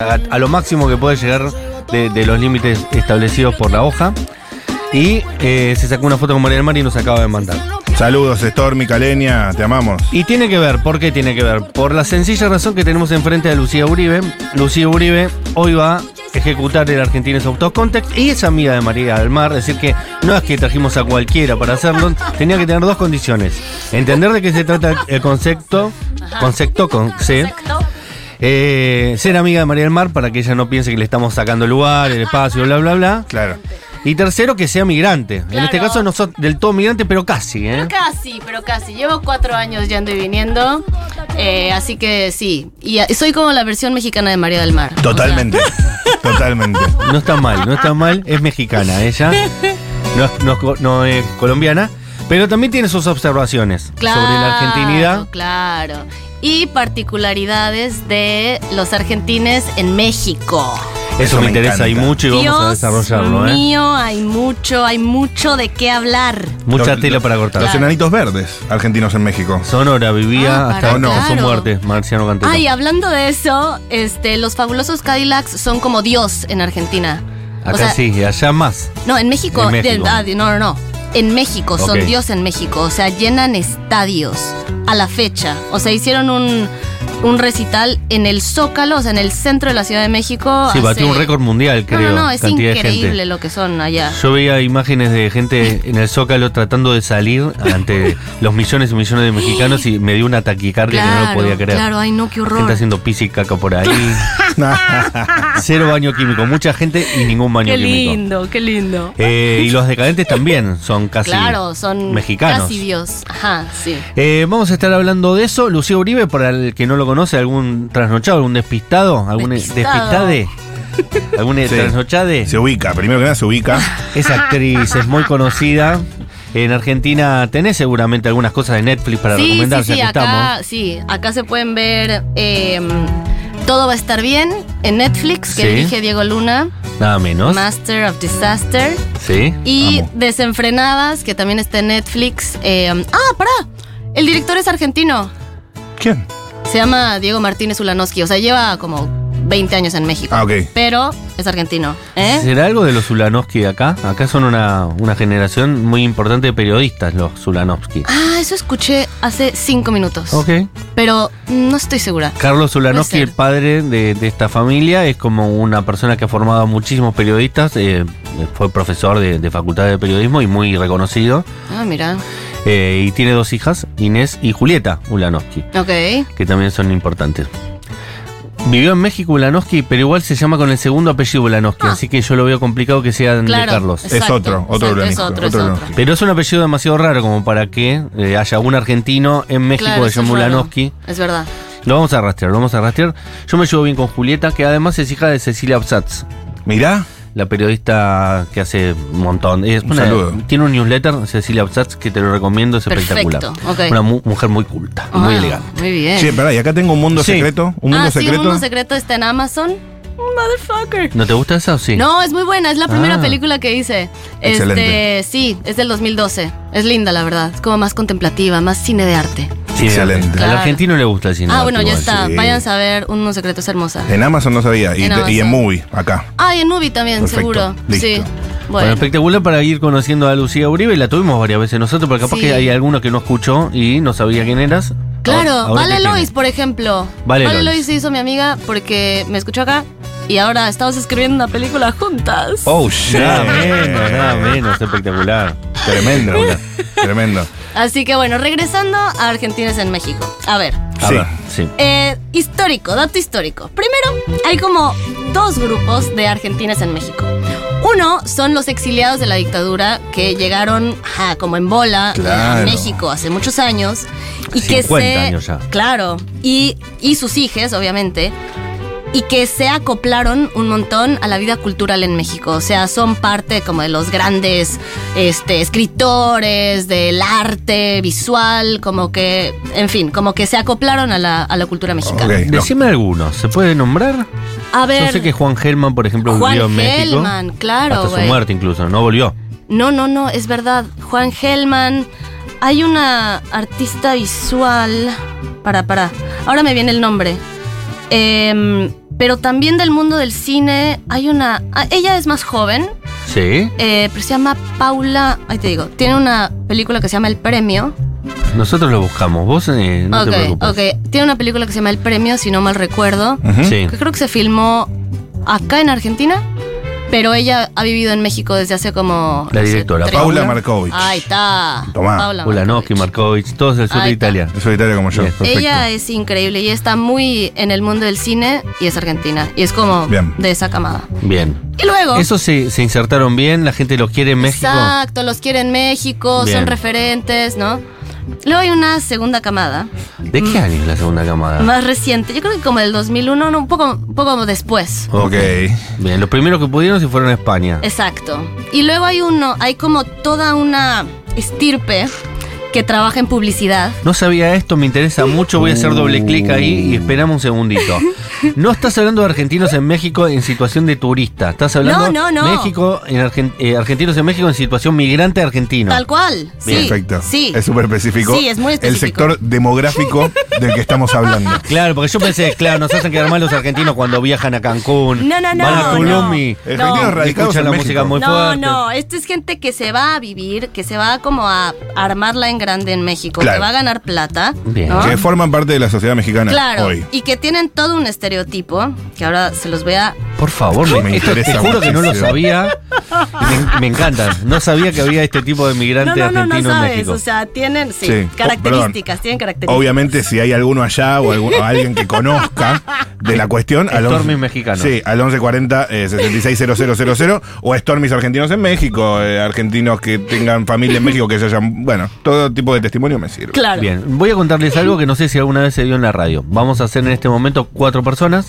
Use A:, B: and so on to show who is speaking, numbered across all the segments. A: a, a lo máximo que puede llegar de, de los límites establecidos por la hoja. Y eh, se sacó una foto con María del Mar y nos acaba de mandar.
B: Saludos, Stormy Caleña, te amamos.
A: Y tiene que ver, ¿por qué tiene que ver? Por la sencilla razón que tenemos enfrente a Lucía Uribe. Lucía Uribe hoy va a ejecutar el Argentino Out of Context y es amiga de María del Mar, es decir que no es que trajimos a cualquiera para hacerlo, tenía que tener dos condiciones. Entender de qué se trata el concepto, concepto con C. eh, ser amiga de María del Mar para que ella no piense que le estamos sacando el lugar, el espacio, bla, bla, bla.
B: Claro.
A: Y tercero, que sea migrante. En
C: Claro.
A: este caso no sos del todo migrante, pero casi, ¿eh?
C: Pero casi, pero casi. Llevo cuatro años yendo y viniendo. eh, así que sí. Y a- soy como la versión mexicana de María del Mar.
B: Totalmente. Totalmente.
A: No está mal, no está mal. Es mexicana ella. No, es- no es co- no es colombiana. Pero también tiene sus observaciones
C: O sea,
A: sobre la argentinidad.
C: Claro. Y particularidades de los argentines en México.
A: Eso,
B: Eso
A: me
B: me
A: interesa y
B: encanta.
A: mucho y vamos a
C: Dios
A: desarrollarlo, ¿eh?
C: mío, hay mucho, hay mucho de qué hablar.
A: Mucha
B: Los-
A: tela
B: los-
A: para cortar.
B: Los enanitos verdes argentinos en México.
A: Sonora vivía
C: Ah,
A: hasta
C: para-
A: no, su
C: claro.
A: muerte, Marciano Cantero.
C: Ay, hablando de eso, este, los fabulosos Cadillacs son como Dios en Argentina. O
A: Acá
C: sea,
A: sí, y allá más.
C: No, en México.
A: En México.
C: de- ah, de- no, no, no. En México,
A: Ok.
C: son Dios en México. O sea, llenan estadios a la fecha. O sea, hicieron un, un recital en el Zócalo, o sea, en el centro de la Ciudad de México.
A: Sí, batió
C: hace-
A: un récord mundial,
C: No,
A: creo.
C: no, no, es
A: cantidad de gente.
C: increíble lo que son allá.
A: Yo veía imágenes de gente en el Zócalo tratando de salir ante los millones y millones de mexicanos y me dio una taquicardia que no lo podía creer.
C: claro, ay, no, qué
A: Gente
C: horror.
A: haciendo pis y caca por ahí. Cero baño químico. Mucha gente y ningún baño
C: Qué
A: químico.
C: lindo, qué lindo.
A: Eh, y los decadentes también son casi
C: claro, son
A: mexicanos.
C: casi Dios. Ajá, sí.
A: Eh, vamos a estar hablando de eso. Lucía Uribe, para el que no lo conoce, algún trasnochado, algún despistado, algún
C: Despistado.
A: despistade, algún
B: Sí.
A: trasnochade.
B: Se ubica, primero que nada se ubica.
A: Es actriz, es muy conocida. En Argentina tenés seguramente algunas cosas de Netflix para
C: sí,
A: recomendar,
C: sí, sí,
A: ya que
C: acá,
A: estamos.
C: sí, acá se pueden ver eh, Todo va a estar bien en Netflix, que
A: Sí.
C: dirige Diego Luna,
A: Nada menos.
C: Master of Disaster,
A: Sí.
C: y
B: Amo.
C: Desenfrenadas, que también está en Netflix. eh, ah, pará, el director es argentino,
B: ¿Quién?
C: se llama Diego Martínez Ulanowski, o sea, lleva como 20 años en México,
B: Ah, ok.
C: pero es argentino. ¿eh?
A: ¿Será algo de los Zulanovsky de acá? Acá son una, una generación muy importante de periodistas, los Zulanovsky.
C: Ah, eso escuché hace 5 minutos,
A: Ok.
C: pero no estoy segura.
A: Carlos Zulanovsky,
C: Puede ser.
A: el padre de, de esta familia, es como una persona que ha formado a muchísimos periodistas. eh, fue profesor de, de facultad de periodismo y muy reconocido.
C: Ah, mira,
A: eh, y tiene dos hijas, Inés y Julieta Ulanovsky.
C: ok.
A: que también son importantes. Vivió en México Ulanowski, pero igual se llama con el segundo apellido Ulanowski,
C: Ah.
A: así que yo lo veo complicado que sean
C: Claro,
A: de Carlos. Eh,
C: es- Exacto,
B: es otro, otro
C: exacto, es
B: urbanismo,
C: otro,
B: otro
C: es otro.
B: urbanismo.
A: Pero es un apellido demasiado raro como para que eh, haya un argentino en México
C: Claro,
A: que
C: eso
A: se llame
C: es raro.
A: Ulanowski.
C: Es verdad.
A: Lo vamos a rastrear, lo vamos a rastrear. Yo me llevo bien con Julieta, que además es hija de Cecilia Absatz,
B: Mirá,
A: la periodista que hace un montón. Es
B: Un
A: una-
B: saludo.
A: tiene un newsletter, Cecilia Absatz, que te lo recomiendo, es
C: Perfecto,
A: espectacular.
C: ok.
A: Una mu- mujer muy culta, y muy
C: Ah,
A: elegante.
C: Muy bien.
B: che, pará, y acá tengo un mundo
A: Sí.
B: secreto. Un mundo
C: ah, sí,
B: secreto.
C: un mundo secreto está en Amazon. Motherfucker.
A: ¿No te gusta esa o sí?
C: No, es muy buena, es la primera
A: Ah.
C: película que hice.
B: Excelente.
C: Este, sí, es del 2012. Es linda, la verdad. Es como más contemplativa, más cine de arte.
A: Sí,
B: Excelente.
A: Al
C: Claro.
A: argentino le gusta el cine.
C: ah, bueno, ya
A: igual,
C: está.
B: sí.
C: Vayan a ver Un mundo secreto es hermosa.
A: Eh.
B: En Amazon no sabía. Y,
C: En
B: te- y en
C: Amazon.
B: Movie, acá.
C: Ah, y en Movie también,
B: Perfecto,
C: seguro.
B: listo.
C: Sí.
A: Bueno,
C: Bueno.
A: espectacular para ir conociendo a Lucía Uribe. La tuvimos varias veces nosotros, pero capaz
C: Sí.
A: que hay alguno que no escuchó y no sabía quién eras.
C: Claro,
A: Ahora- ahora
C: Vale
A: te
C: Lois,
A: tiene.
C: por ejemplo.
A: Vale Lois.
C: Lois se hizo mi amiga porque me escuchó acá y ahora estamos escribiendo una película juntas.
B: Oh, shit.
A: Nada menos, nada menos, espectacular.
B: Tremendo. Tremendo.
C: Así que bueno, regresando a Argentinos en México. A ver,
A: A
B: Sí.
A: ver, sí.
C: eh, histórico, dato histórico. Primero, hay como dos grupos de argentinos en México. Uno son los exiliados de la dictadura que llegaron ajá, como en bola
B: Claro.
C: a México hace muchos años. Y
A: 50
C: que se,
A: años ya.
C: Claro, y, y sus hijas, obviamente. Y que se acoplaron un montón a la vida cultural en México. O sea, son parte como de los grandes este, escritores, del arte visual, como que, en fin, como que se acoplaron a la, a la cultura mexicana.
B: Ok. No.
A: Decime algunos, ¿se puede nombrar?
C: A ver,
A: Yo sé que Juan Gelman, por ejemplo,
C: Juan
A: vivió en México.
C: Gelman, claro,
A: Hasta su
C: güey.
A: muerte incluso, no volvió.
C: no, no, no, es verdad. Juan Gelman, hay una artista visual. Para, para. Ahora me viene el nombre. Em, pero también del mundo del cine hay una... ah, Ella es más joven,
A: Sí.
C: eh, pero se llama Paula... Ahí te digo, tiene una película que se llama El Premio.
A: Nosotros lo buscamos. Vos eh, no te
C: ok,
A: preocupes.
C: ok. Tiene una película que se llama El Premio, si no mal recuerdo.
B: Ujú.
A: Sí.
C: que creo que se filmó acá en Argentina, pero ella ha vivido en México desde hace como...
A: La
C: no sé,
A: directora,
C: tres-
B: Paula Markovich.
C: Ahí está.
B: Tomá.
C: Paula
A: Ulanowski,
C: Markovich.
A: Markovich, todos del sur de
C: Ahí está.
A: Italia.
B: Es solitario como yo.
A: Bien. Perfecto.
C: Ella es increíble y está muy en el mundo del cine y es argentina. Y es como
B: Bien.
C: de esa camada.
A: Bien.
C: Y luego...
A: ¿Eso se, se insertaron bien? ¿La gente los quiere en México?
C: Exacto, los quiere en México,
A: Bien.
C: son referentes, ¿no? Luego hay una segunda camada,
A: ¿De qué año es la segunda camada?
C: más reciente, yo creo que como el 2001, no, un poco, un poco después.
B: Ok.
A: Bien, los primeros que pudieron se fueron a España.
C: Exacto. Y luego hay uno, hay como toda una estirpe que trabaja en publicidad.
A: No sabía esto, me interesa mucho, voy a hacer doble clic ahí y
C: Mm.
A: esperamos un segundito. No estás hablando de argentinos en México en situación de turista, estás hablando
C: No, no, no.
A: México en Argen- eh, argentinos en México en situación migrante argentino.
C: Tal cual. Sí,
A: Bien.
B: Perfecto.
C: Sí.
B: Es súper específico.
C: Sí, es muy
B: El
C: específico.
B: sector demográfico del que estamos hablando.
A: Claro, porque yo pensé, claro, nos hacen quedar mal los argentinos cuando viajan a Cancún,
C: No, no, no,
A: van a Tulum y
C: no.
B: Argentinos radicados
A: escuchan
B: en
A: la
B: México.
A: música muy
C: no,
A: fuerte.
C: no, esta es gente que se va a vivir, que se va como a armarla en grande en México,
B: Claro.
C: que va a ganar plata.
A: Bien.
C: ¿no?
B: Que forman parte de la sociedad mexicana
C: ¿Ah? Claro,
B: hoy.
C: y que tienen todo un estereotipo, que ahora se los voy a...
A: Por favor,
B: Me
A: me- esto te
B: interesa
A: juro que no lo
B: muchísimo.
A: sabía. y Me, me encanta, no sabía que había este tipo de migrante
C: No, no, no,
A: argentino
C: no
A: en
C: sabes,
A: México.
C: o sea, tienen, sí,
B: Sí. Oh,
C: características, tienen características.
B: Obviamente, si hay alguno allá o, algún- o alguien que conozca de la cuestión, al
A: Stormis
B: 11
A: mexicanos.
B: Sí, al 1140 eh, 660000 o Stormis argentinos en México, eh, argentinos que tengan familia en México que se hayan. Bueno, todo tipo de testimonio me sirve.
C: Claro.
A: Bien, voy a contarles algo que no sé si alguna vez se dio en la radio. Vamos a hacer en este momento cuatro personas,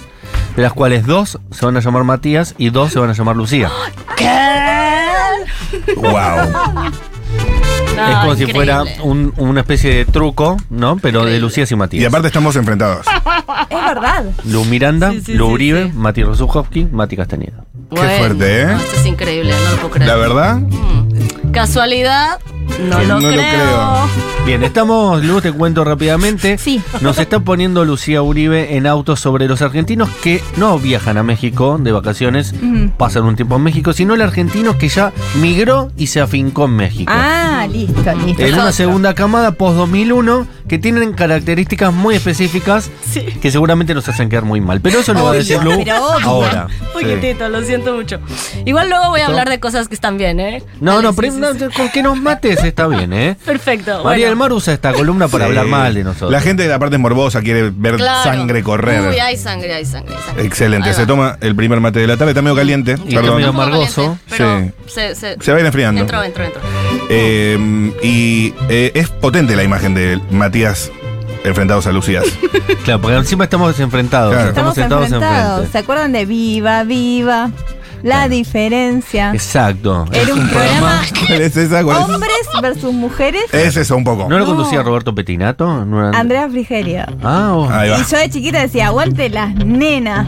A: de las cuales dos se van a llamar Matías y dos se van a llamar Lucía.
C: ¿Qué?
B: Wow.
C: No,
A: es como si
C: increíble.
A: fuera un- una especie de truco, ¿no? Pero de
C: Increíble.
A: Lucía y Matías.
B: Y aparte estamos enfrentados.
D: Es verdad.
A: Lu Miranda,
C: Sí, sí,
A: Lu
C: sí,
A: Uribe,
C: sí.
A: Mati Rosuchowski, Mati Castañeda.
C: Bueno,
B: fuerte, ¿eh?
C: no, Esto es increíble, no lo puedo creer.
B: La verdad,
C: Mm. Casualidad, no,
B: Sí, no
C: lo,
B: lo
C: creo.
B: creo.
A: Bien, estamos, Lu, te cuento rápidamente.
D: Sí.
A: Nos está poniendo Lucía Uribe en autos sobre los argentinos que no viajan a México de vacaciones,
D: Ujú.
A: pasan un tiempo en México, sino el argentino que ya migró y se afincó en México.
D: Ah, listo, listo.
A: En una
D: Otro.
A: segunda camada post 2001 que tienen características muy específicas
C: Sí.
A: que seguramente nos hacen quedar muy mal. Pero eso lo va a
D: Obvio,
A: decir Lu
D: pero obvio.
A: ahora.
C: Poquitito, lo siento mucho. Igual luego voy a hablar de cosas que están bien, ¿eh?
A: No,
C: Dale,
A: no,
C: sí,
A: pero
C: sí, sí.
A: no, con que nos mates está bien, ¿eh?
C: Perfecto.
A: María del
C: bueno.
A: Mar usa esta columna para
B: sí.
A: hablar mal de nosotros.
B: La gente de la parte es morbosa quiere ver
C: Claro.
B: sangre correr.
C: Uy, hay sangre, hay sangre. hay sangre.
B: Excelente.
C: Ahí
B: Se
C: va.
B: toma el primer mate de la tarde. Está medio caliente.
A: Y está
B: perdón.
A: medio
C: Un poco
A: amargoso.
C: caliente, pero
B: Sí.
C: Se, se,
B: Se va a ir enfriando.
C: Entro, entro, entro.
B: Eh, y eh, es potente la imagen de Matías enfrentados a Lucías.
A: Claro, porque encima estamos enfrentados.
B: Claro.
A: Estamos, sentados enfrente.
D: ¿Se acuerdan de Viva, Viva? La diferencia.
A: Exacto.
D: Era un programa
B: ¿Cuál es esa? ¿Cuál es? Eh,
D: hombres versus mujeres.
B: Es eso un poco.
A: ¿No lo
D: No.
A: conducía Roberto Petinato? ¿No era-
D: Andrea Frigerio.
A: Ah, oh.
B: Ahí va.
D: Y yo de chiquita decía, aguante las nenas.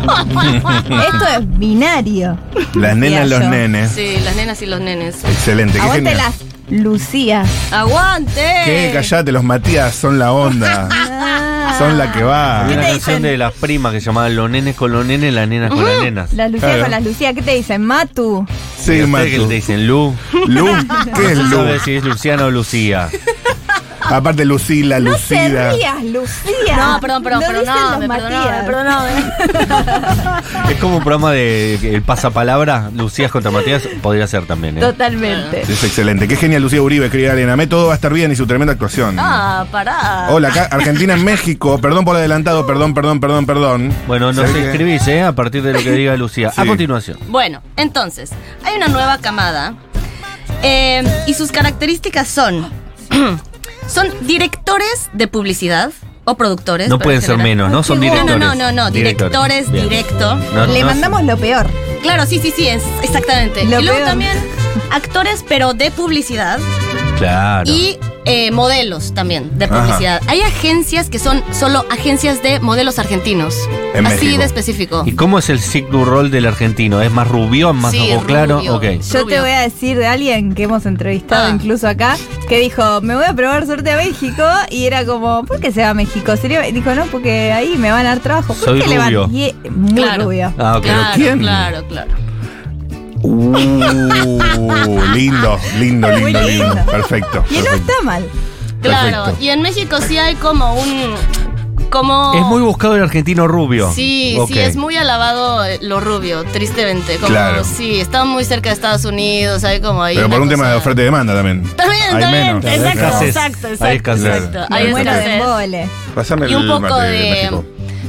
D: Esto es binario.
B: Las nenas, los
D: yo.
B: nenes.
C: Sí, las nenas y los nenes.
B: Excelente. Qué
D: Aguante
B: genial.
D: las Lucías.
C: ¡Aguante!
B: Qué callate, los Matías son la onda.
D: Ah,
B: Son la que va.
A: Había una
D: te
A: canción
D: dicen?
A: de las primas que llamaban los nenes con los nenes, las nenas con las nenas.
D: Las Lucías
B: Claro.
D: con las Lucías, ¿qué te dicen? Matu.
B: Sí,
A: Ustedes que
B: Matu.
A: le dicen Lu.
B: Lu, ¿qué es
A: No
B: Lu?
A: sabe si es Luciana o Lucía.
B: Aparte, Lucila,
D: No se
B: Lucida.
D: rías, Lucía.
C: No, perdón, perdón,
D: Lo
C: perdón,
D: dicen
C: no,
D: los
C: me perdonó,
D: Matías.
C: me perdonó.
A: Es como un programa de el pasapalabra, Lucías contra Matías, podría ser también. ¿eh?
D: Totalmente.
B: Es excelente. Qué genial, Lucía Uribe, querida Elena. Me todo va a estar bien y su tremenda actuación.
C: Ah, pará.
B: Hola, acá, Argentina en México. Perdón por adelantado, perdón, perdón, perdón, perdón.
A: Bueno, nos
B: Se ve que-
A: escribís, ¿eh? A partir de lo que diga Lucía. A
B: Sí.
A: continuación.
C: Bueno, entonces, hay una nueva camada eh, y sus características son, son directores de publicidad o productores.
A: No
C: por
A: pueden ser
C: general.
A: menos, ¿no? Son
D: Qué bueno.
A: directores.
C: No, no, no, no, directores,
A: Bien.
C: directo.
A: No,
D: Le
A: no,
D: mandamos lo peor.
C: Claro, sí, sí, sí, es- exactamente.
D: Lo
C: y luego
D: peor.
C: también actores, pero de publicidad
A: Claro.
C: y eh, modelos también de publicidad. Hay agencias que son solo agencias de modelos argentinos.
B: En
C: así
B: México.
C: de específico.
A: ¿Y cómo es el sig du rol del argentino? ¿Es más rubión, más
C: Sí,
A: ojo claro?
C: rubio.
A: Ok.
D: Yo te voy a decir de alguien que hemos entrevistado
C: Ah.
D: incluso acá, que dijo, me voy a probar suerte a México, y era como, ¿por qué se va a México? ¿Sería? Y Dijo, no, porque ahí me van a dar trabajo. ¿Por
A: Soy
D: qué le
A: rubio.
D: van? Y es muy
C: Claro.
D: rubio.
A: Ah, ok.
C: Claro,
B: ¿quién?
C: claro, claro.
B: Uh, lindo, lindo, lindo,
D: Muy
B: lindo.
D: lindo.
B: Perfecto.
D: Y no
B: perfecto.
D: está mal.
C: Claro,
B: Perfecto.
C: y en México sí hay como un... Como...
A: Es muy buscado el argentino rubio.
C: Sí,
A: Ok.
C: sí, es muy alabado eh, lo rubio, tristemente. Como,
B: Claro.
C: Sí, está muy cerca de Estados Unidos, hay como ahí...
B: Pero por
C: una
B: un tema
C: cosa-
B: de oferta y demanda también.
C: También,
B: Hay
C: también.
B: menos.
A: Hay
C: Exacto,
A: escasez.
C: exacto, exacto.
A: Hay escasez.
C: exacto.
B: Claro.
C: Hay
D: Me muero de
C: escasez.
D: embole.
B: Pasame
C: Y un
B: el
C: poco
B: mate
C: de.
B: México.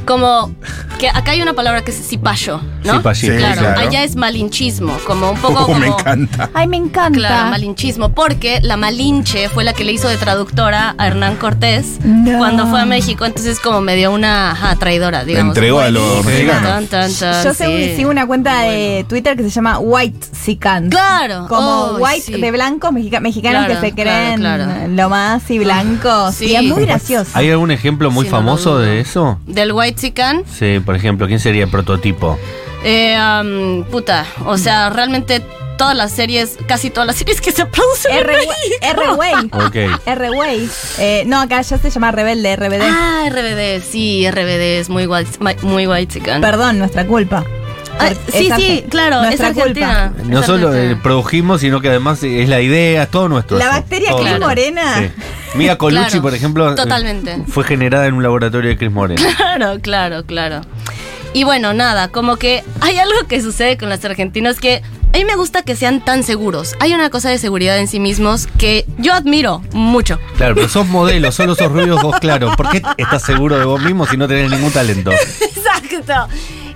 C: como. que acá hay una palabra que es cipayo, ¿no?
A: Cipallito.
B: Sí,
C: Claro,
B: claro.
C: allá es malinchismo, como un
B: Uh,
C: poco. como,
B: me encanta.
D: Ay, me encanta.
C: Claro, malinchismo, porque la Malinche fue la que le hizo de traductora a Hernán Cortés
D: No.
C: cuando fue a México, entonces como me dio una ajá, traidora, digamos.
B: Entregó a los
A: Sí.
B: mexicanos.
C: Tan, tan, tan,
D: Yo
C: sí.
D: según- sigo una cuenta de Twitter que se llama White Sican.
C: Claro.
D: Como
C: oh,
D: white
C: sí.
D: de blancos mexica- mexicanos
C: Claro,
D: que se creen
C: claro, claro.
D: lo más y blancos.
C: Sí.
D: Y es muy gracioso.
A: ¿Hay algún ejemplo muy
C: Sí, no lo
A: famoso
C: dudo.
A: de eso?
C: Del white chican.
A: Sí, por ejemplo, ¿quién sería el prototipo?
C: Eh, am, puta, o sea, realmente todas las series, casi todas las series que se producen en
D: R-Way.
A: Ok.
D: R-Way. Eh, no, acá ya se llama Rebelde, RBD.
C: Ah, RBD, sí, RBD es muy white, muy white chican.
D: Perdón, nuestra culpa.
C: Ah,
D: Por-
C: sí,
D: es
C: sí,
D: Arge-
C: claro, es
D: nuestra
C: Argentina.
D: culpa.
C: es
A: No solo
C: Argentina.
A: eh, produjimos, sino que además es la idea, es todo nuestro.
D: La
A: eso.
D: bacteria
A: Todo
D: Cris
A: nuestro.
D: Morena.
A: Sí. Mía Colucci,
C: Claro,
A: por ejemplo, eh,
C: totalmente.
A: fue generada en un laboratorio de Cris Morena.
C: Claro, claro, claro. Y bueno, nada, como que hay algo que sucede con los argentinos que a mí me gusta que sean tan seguros. Hay una cosa de seguridad en sí mismos que yo admiro mucho.
A: Claro, pero sos modelo, solo sos rubio, vos claro. ¿Por qué estás seguro de vos mismo si no tenés ningún talento?
C: Exacto.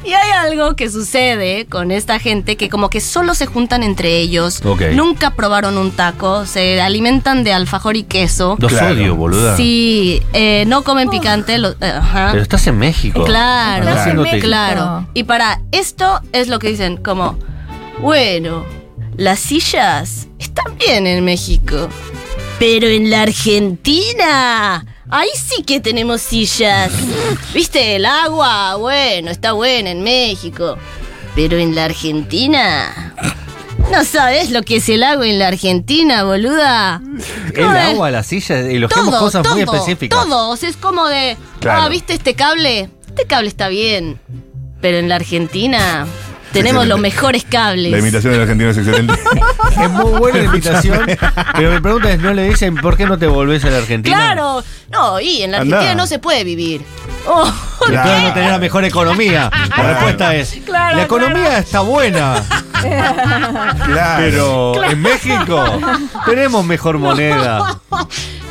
C: Y hay algo que sucede con esta gente que como que solo se juntan entre ellos,
A: Ok.
C: nunca probaron un taco, se alimentan de alfajor y queso.
A: Los
B: Claro.
A: odio, boluda.
C: Sí, eh, no comen picante. lo- eh, ajá.
A: Pero estás en México.
C: Claro,
A: Andá
B: Claro.
A: haciéndote-
C: claro. Y para esto es lo que dicen, como, bueno, las sillas están bien en México, pero en la Argentina, ahí sí que tenemos sillas. ¿Viste? El agua, bueno, está buena en México, pero en la Argentina... No sabes lo que es el agua en la Argentina, boluda.
A: El
C: ¿Cómo es?
A: agua, la silla, elogiamos
C: eh, Todo,
A: cosas
C: todo,
A: muy específicas.
C: Todo, o sea, es como de,
B: Claro.
C: ah, ¿viste este cable? Este cable está bien, pero en la Argentina tenemos
B: Excelente.
C: los mejores cables.
B: La imitación del argentino es excelente.
A: Es muy buena la invitación. Pero mi pregunta es, ¿no le dicen por qué no te volvés a la Argentina?
C: Claro, no, y en la
B: Andá.
C: Argentina no se puede vivir. Oh,
A: Entonces no
B: Claro.
A: tenés la mejor economía. La
B: Claro.
A: respuesta es,
C: Claro,
A: la economía está buena,
B: Claro.
A: pero en México tenemos mejor moneda.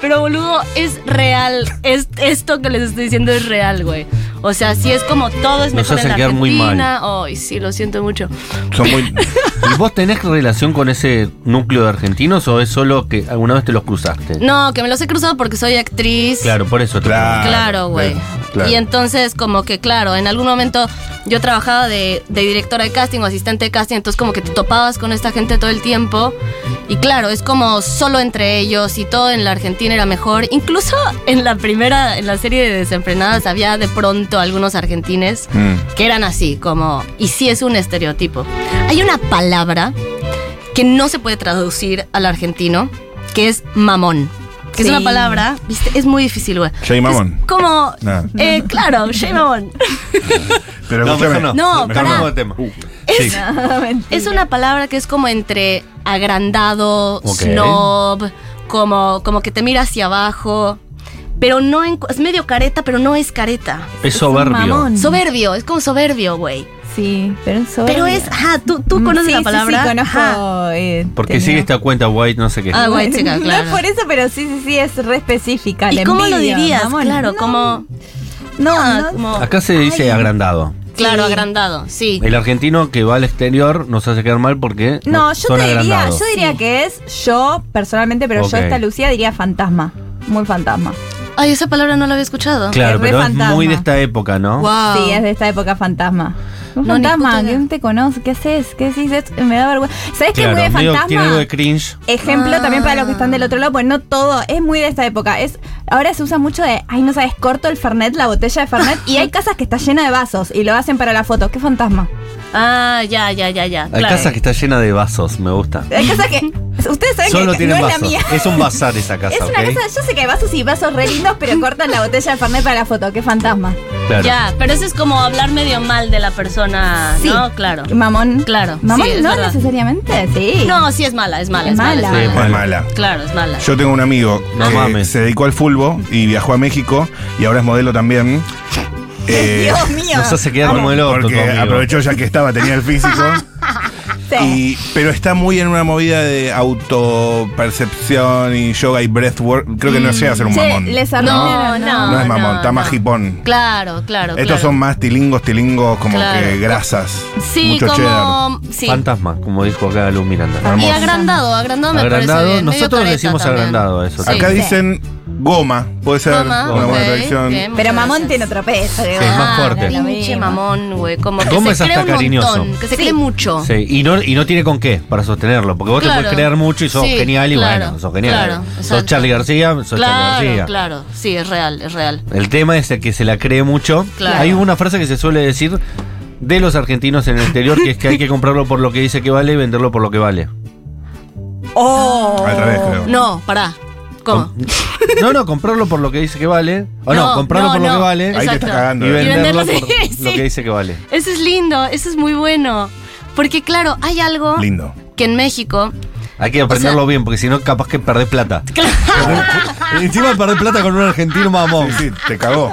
C: pero boludo, es real. Es, esto que les estoy diciendo es real, güey. O sea, si es como todo es
A: Nos
C: mejor en
A: hacen
C: la
A: quedar muy mal.
C: Argentina. Ay, sí, lo siento mucho.
B: Son muy.
A: ¿Y vos tenés relación con ese núcleo de argentinos o es solo que alguna vez te los cruzaste?
C: No, que me los he cruzado porque soy actriz.
A: Claro, por eso te
B: Claro.
C: Claro, güey.
B: claro.
C: Y entonces, como que, claro, en algún momento yo trabajaba de, de directora de casting o asistente de casting, entonces como que te topabas con esta gente todo el tiempo. Y claro, es como solo entre ellos y todo en la Argentina era mejor. Incluso en la primera, en la serie de Desenfrenadas, había de pronto algunos argentines
B: Mm.
C: que eran así, como, y sí es un estereotipo. Hay una palabra que no se puede traducir al argentino, que es mamón. Que
D: Sí.
C: es una palabra, viste, es muy difícil, güey.
B: Jay Mamón.
C: Es como,
B: Nada.
C: eh, claro, Shea Mamón.
B: Pero Uh,
A: No,
B: escúchame.
A: mejor no.
C: No,
B: Mejor
C: pará.
A: Cambiamos de tema.
C: Es,
A: Sí.
D: Ah,
C: es una palabra que es como entre agrandado,
A: Ok.
C: snob, como, como que te mira hacia abajo, pero no, en- es medio careta, pero no es careta.
A: Es
D: un
A: soberbio.
D: mamón.
C: Soberbio, es como soberbio, güey.
D: Sí, pero es soberbio.
C: Pero es, ajá, tú, tú
D: Mm,
C: conoces
D: sí,
C: la
D: sí,
C: palabra. Ah.
D: Sí, conozco.
C: Ajá.
D: eh,
A: Porque
D: tenía-
A: sigue esta cuenta white, no sé qué.
C: Ah, guay, chica, claro.
D: No es por eso, pero sí, sí, sí, es re específica.
C: ¿Y
D: la
C: cómo lo
D: envidia,
C: dirías?
D: mamón.
C: Claro,
D: no,
C: como,
D: No,
C: ah,
D: no,
C: como-
A: Acá se dice agrandado.
C: claro,
D: Sí.
C: agrandado, sí.
A: El argentino que va al exterior nos hace quedar mal porque
D: No, yo
A: son
D: te diría,
A: agrandados.
D: yo diría
C: Sí.
D: que es yo personalmente, pero
A: Ok.
D: yo esta Lucía diría fantasma. Muy fantasma.
C: Ay, esa palabra no la había escuchado.
A: Claro,
D: es re
A: pero es
D: fantasma.
A: muy de esta época, ¿no?
C: Wow.
D: Sí, es de esta época fantasma. Un
C: Ah. No, ni puta
D: fantasma,
C: idea.
D: que no te conoce, ¿qué haces? ¿Qué decís? Es- Me da vergüenza. ¿Sabés qué es muy de
A: medio
D: fantasma?
A: tiene algo de cringe.
D: Ejemplo
C: Ah.
D: también para los que están del otro lado, pues no todo, es muy de esta época. Es, ahora se usa mucho de, ay, no sabes, corto el Fernet, la botella de Fernet, y hay casas que está llena de vasos y lo hacen para la foto. ¡Qué fantasma!
C: Ah, ya, ya, ya, ya.
A: Hay
C: claro.
A: casa que está llena de vasos, me gusta.
D: Hay casas que. Ustedes saben
A: Solo
D: que
A: tiene
D: no es la
A: vasos.
D: mía.
A: Es un bazar esa casa,
D: Es una
A: ¿ok?
D: casa, yo sé que hay vasos y vasos re lindos, pero cortan la botella de Fernet para la foto. ¡Qué fantasma!
A: Claro.
C: Ya, pero eso es como hablar medio mal de la persona,
D: Sí.
C: ¿no? Claro.
D: Mamón.
C: Claro,
D: Mamón
C: sí, es
D: no
C: verdad.
D: necesariamente, sí.
C: No, sí es mala, es mala,
D: Es
C: es mala.
D: mala.
A: Sí,
C: Es
B: Es
A: bueno.
C: mala.
B: mala.
C: Claro, es mala.
B: Yo tengo un amigo
A: No
B: que
A: mames.
B: se dedicó al fulbo y viajó a México y ahora es modelo también. Eh,
D: Dios mío.
A: Nos hace quedar
B: bueno,
A: como el orto, tu
B: Porque
A: amigo.
B: aprovechó ya que estaba, tenía el físico.
D: Sí.
B: y- pero está muy en una movida de autopercepción y yoga y breathwork. Creo que no llega a ser un
D: Che,
B: mamón.
D: les
B: ¿no?
D: arruinaron,
C: No,
B: No es mamón,
C: no,
B: está más
C: no.
B: hipón.
C: Claro, claro.
B: Estos
C: claro.
B: son más tilingos, tilingos, como
C: Claro.
B: que grasas.
C: Sí,
B: mucho cheddar.
C: como. Sí.
A: Fantasma, como dijo acá Luz Miranda.
C: Y
B: Hermoso.
C: agrandado, agrandado me
A: Agrandado,
C: parece bien. medio
A: nosotros
C: careta
A: decimos
C: también.
A: agrandado a eso Sí.
B: Acá
A: Sí.
B: dicen goma, puede ser
C: Mamá,
B: una buena
C: ok,
B: tradición.
C: bien, muchas
D: Pero mamón
C: gracias.
D: tiene otro peso.
A: es
D: ¿verdad?
A: más fuerte.
D: No es lo
C: Ah, Pinche
D: mismo.
C: mamón, güey. Como que
A: Goma
C: se
A: es
C: cree
A: hasta
C: un
A: cariñoso.
C: montón, que se cree mucho.
A: Sí, y no, y no tiene con qué para sostenerlo, porque vos te
C: Claro.
A: puedes creer mucho y sos
C: Sí,
A: genial y
C: claro,
A: bueno, sos genial.
C: claro,
A: sos
C: exacto.
A: Charlie García, sos Charlie García.
C: Claro, claro. Sí, es real, es real.
A: El tema es el que se la cree mucho.
C: Claro.
A: Hay una frase que se suele decir de los argentinos en el exterior, que es que hay que comprarlo por lo que dice que vale y venderlo por lo que vale.
D: Oh.
B: Al revés, creo.
C: No, pará. ¿Cómo?
A: Com- No, no, comprarlo por lo que dice que vale. O no,
C: No,
A: comprarlo
C: no,
A: por lo
C: no.
A: que vale.
B: Ahí te
C: Exacto.
B: está cagando.
A: Y
B: ¿eh?
C: ven-
A: venderlo
C: venderlo,
A: por
C: sí,
A: lo
C: sí.
A: que dice que vale.
C: Eso es lindo, eso es muy bueno. Porque claro, hay algo
B: Lindo.
C: que en México...
A: Hay que aprenderlo bien, porque si no, capaz que perdés plata. Encima perdés plata con un argentino mamón.
B: Sí, sí, te cagó.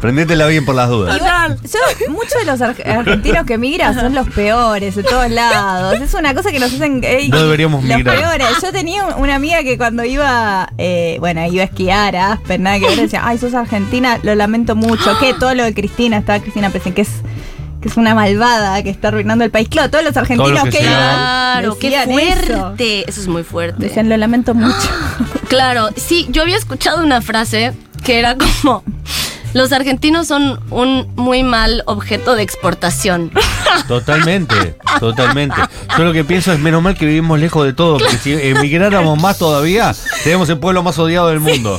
A: Prendétela bien por las dudas.
D: Igual, yo, muchos de los ar- argentinos que migran son los peores de todos lados. Es una cosa que nos hacen. ey,
A: No deberíamos
D: los
A: migrar.
D: peores. Yo tenía un- una amiga que cuando iba, eh, bueno, iba a esquiar a Aspen, nada que ver, decía, ay, sos argentina, lo lamento mucho. Que todo lo de Cristina, estaba Cristina presente, que es que es una malvada que está arruinando el país. Claro, todos los argentinos
A: Todos los que se
D: que, iban
C: Claro, qué
D: decían eso.
C: fuerte. Eso. es muy fuerte.
D: Decían, lo lamento mucho.
C: Claro, sí, yo había escuchado una frase que era como... Los argentinos son un muy mal objeto de exportación.
A: Totalmente, totalmente. Yo lo que pienso es menos mal que vivimos lejos de todo, porque si emigráramos más todavía, tenemos el pueblo más odiado del mundo.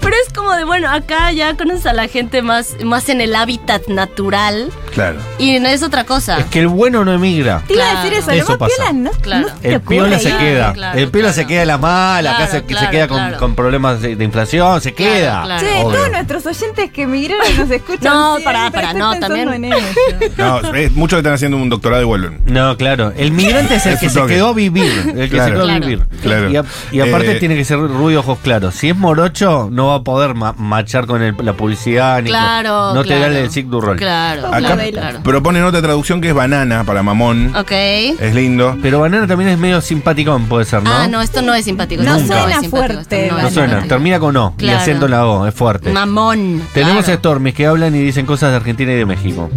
C: Pero es como de, bueno, acá ya conoces a la gente más, más en el hábitat natural
B: Claro.
C: y no es otra cosa.
A: Es que el bueno no emigra.
D: Te iba a decir eso,
A: Claro.
D: lo
A: Eso
D: más
A: pasa.
D: piola, no,
C: Claro.
D: no te
A: El
D: ocurre
A: piola se
D: ir.
C: claro,
A: queda.
C: claro,
A: el piola se
C: claro.
A: queda la mala, acá
C: Claro,
A: se, se
C: claro,
A: queda con,
C: claro.
A: con problemas de, de inflación, se
C: Claro,
A: queda.
C: claro.
D: Che,
A: Obvio.
D: todos nuestros oyentes que emigraron nos escuchan.
C: No,
D: siempre,
C: pará, pará,
D: estoy
C: no,
D: pensando
C: también.
D: en ello.
B: No, eh, muchos están haciendo un doctorado y vuelven.
A: No, claro. El migrante es el
B: Es
A: que
B: un
A: se
B: toque.
A: quedó a vivir. El que se
B: Claro.
A: quedó a
C: Claro.
A: vivir.
B: Claro.
A: Y, a- y aparte
B: Eh,
A: tiene que ser rubio ojos claros. Si es morocho, no va a poder ma- machar con el- la publicidad. Ni
C: Claro,
A: con- no te
C: claro.
A: da el Zig du Roll.
C: Claro,
B: Acá
C: claro, claro. Ah.
B: proponen otra traducción que es banana para mamón.
C: Ok.
B: Es lindo.
A: Pero Banana también es medio simpaticón, puede ser, ¿no?
C: Ah, no, esto no es simpático.
D: No
C: esto es
D: suena
C: simpático, esto
D: fuerte,
C: es
A: No
D: Banana.
A: suena.
C: simpático.
A: Termina con O y
C: Claro.
A: haciendo la O, es fuerte.
C: Mamón.
A: Tenemos
C: claro.
A: a Stormis que hablan y dicen cosas de Argentina y de México.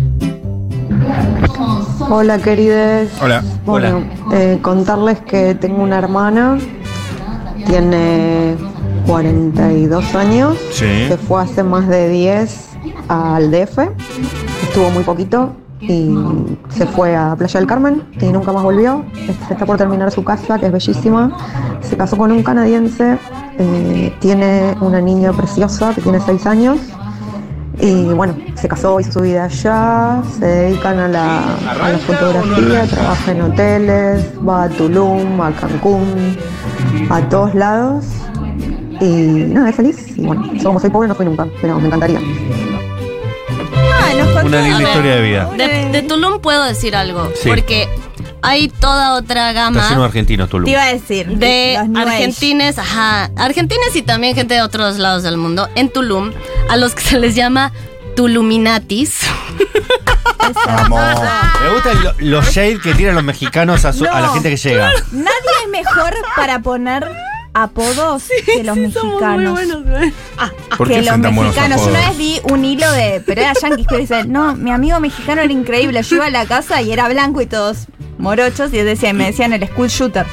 E: Hola querides.
B: Hola.
E: Bueno, eh, contarles que tengo una hermana, tiene 42 años,
B: Sí.
E: se fue hace más de 10 al DF, estuvo muy poquito y se fue a Playa del Carmen y nunca más volvió. Se está por terminar su casa, que es bellísima. Se casó con un canadiense, eh, tiene una niña preciosa que tiene 6 años. Y bueno, se casó, hizo su vida allá, se dedican a la, a la fotografía, trabaja en hoteles, va a Tulum, a Cancún, a todos lados. Y nada, es feliz. Y bueno, yo como soy pobre no fui nunca, pero me encantaría.
D: Ah, nos contó.
A: Una
C: A
A: linda
C: ver,
A: historia de vida.
C: De, de Tulum puedo decir algo.
A: este. Sí.
C: Porque hay toda otra
A: Está lleno de
C: gama
A: argentinos, Tulum.
D: Te iba a decir.
C: de
D: los New Age.
C: argentines, ajá, argentines y también gente de otros lados del mundo en Tulum, a los que se les llama Tuluminatis.
B: Vamos.
A: Me gustan lo- los shade que tiran los mexicanos a, su- a la
D: No,
A: gente que llega.
D: Nadie es mejor para poner apodos que los mexicanos.
B: ¿Por
D: que
B: qué
D: los
B: son tan buenos
D: mexicanos. Yo una vez
B: apodos?
D: vi un hilo de. Pero era yanquis que dice: No, mi amigo mexicano era increíble. Yo iba a la casa y era blanco y todos morochos y decía, y me decían el school shooter.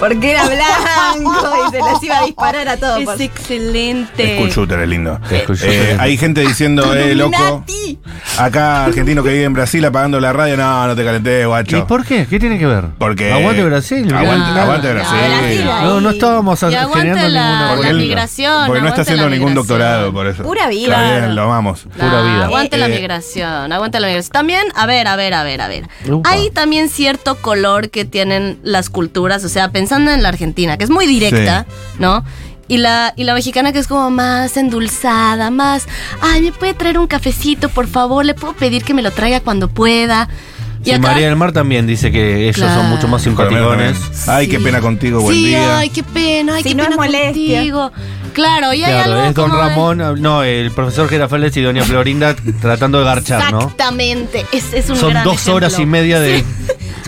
D: Porque era blanco y se les iba a disparar a todos. pues. por-
C: Es excelente.
B: School shooter es lindo.
A: Es school
B: Eh,
A: shooter.
B: hay gente diciendo, eh, loco.
D: Illuminati.
B: Acá, argentino que vive en Brasil apagando la radio. No, no te calenté, guacho.
A: ¿Y por qué? ¿Qué tiene que ver?
B: Porque.
A: Aguante Brasil. mirá.
B: Aguante,
C: No,
B: aguante
C: no,
B: Brasil.
D: Brasil, ahí.
A: No, no estábamos
C: Y aguante
A: generando
C: la-
A: ninguna
B: Porque
C: la
B: él- Porque
C: migración,
B: no
C: aguante
B: está haciendo
C: la
B: ningún
C: migración.
B: doctorado, por eso.
D: Pura vida.
B: Está bien, lo amamos.
C: Nah,
A: Pura vida.
C: Aguante la
B: Eh,
C: migración, aguante la migración. También, a ver, a ver, a ver, a ver.
A: Upa.
C: Hay también cierto color que tienen las culturas, o sea, pensando en la Argentina, que es muy directa, ¿no? Y la, y la mexicana que es como más endulzada, más, ay, ¿me puede traer un cafecito, por favor? ¿Le puedo pedir que me lo traiga cuando pueda? Y
A: Sí,
C: acá-
A: María del Mar también dice que ellos
C: Claro.
A: son mucho más simpaticones.
B: Ay, qué
C: Sí.
B: pena contigo, buen
C: sí,
B: día.
C: ay, qué pena, ay,
D: Si
C: qué
D: no es
C: pena
D: molestia.
C: contigo. Claro, y hay
A: Claro,
C: algo
A: es Don
C: como de-
A: Ramón, eh, no, el profesor Gerafales y Doña Florinda tratando de garchar, ¿no?
C: Exactamente, es, es un
A: Son
C: gran
A: dos horas y
C: ejemplo.
A: media de.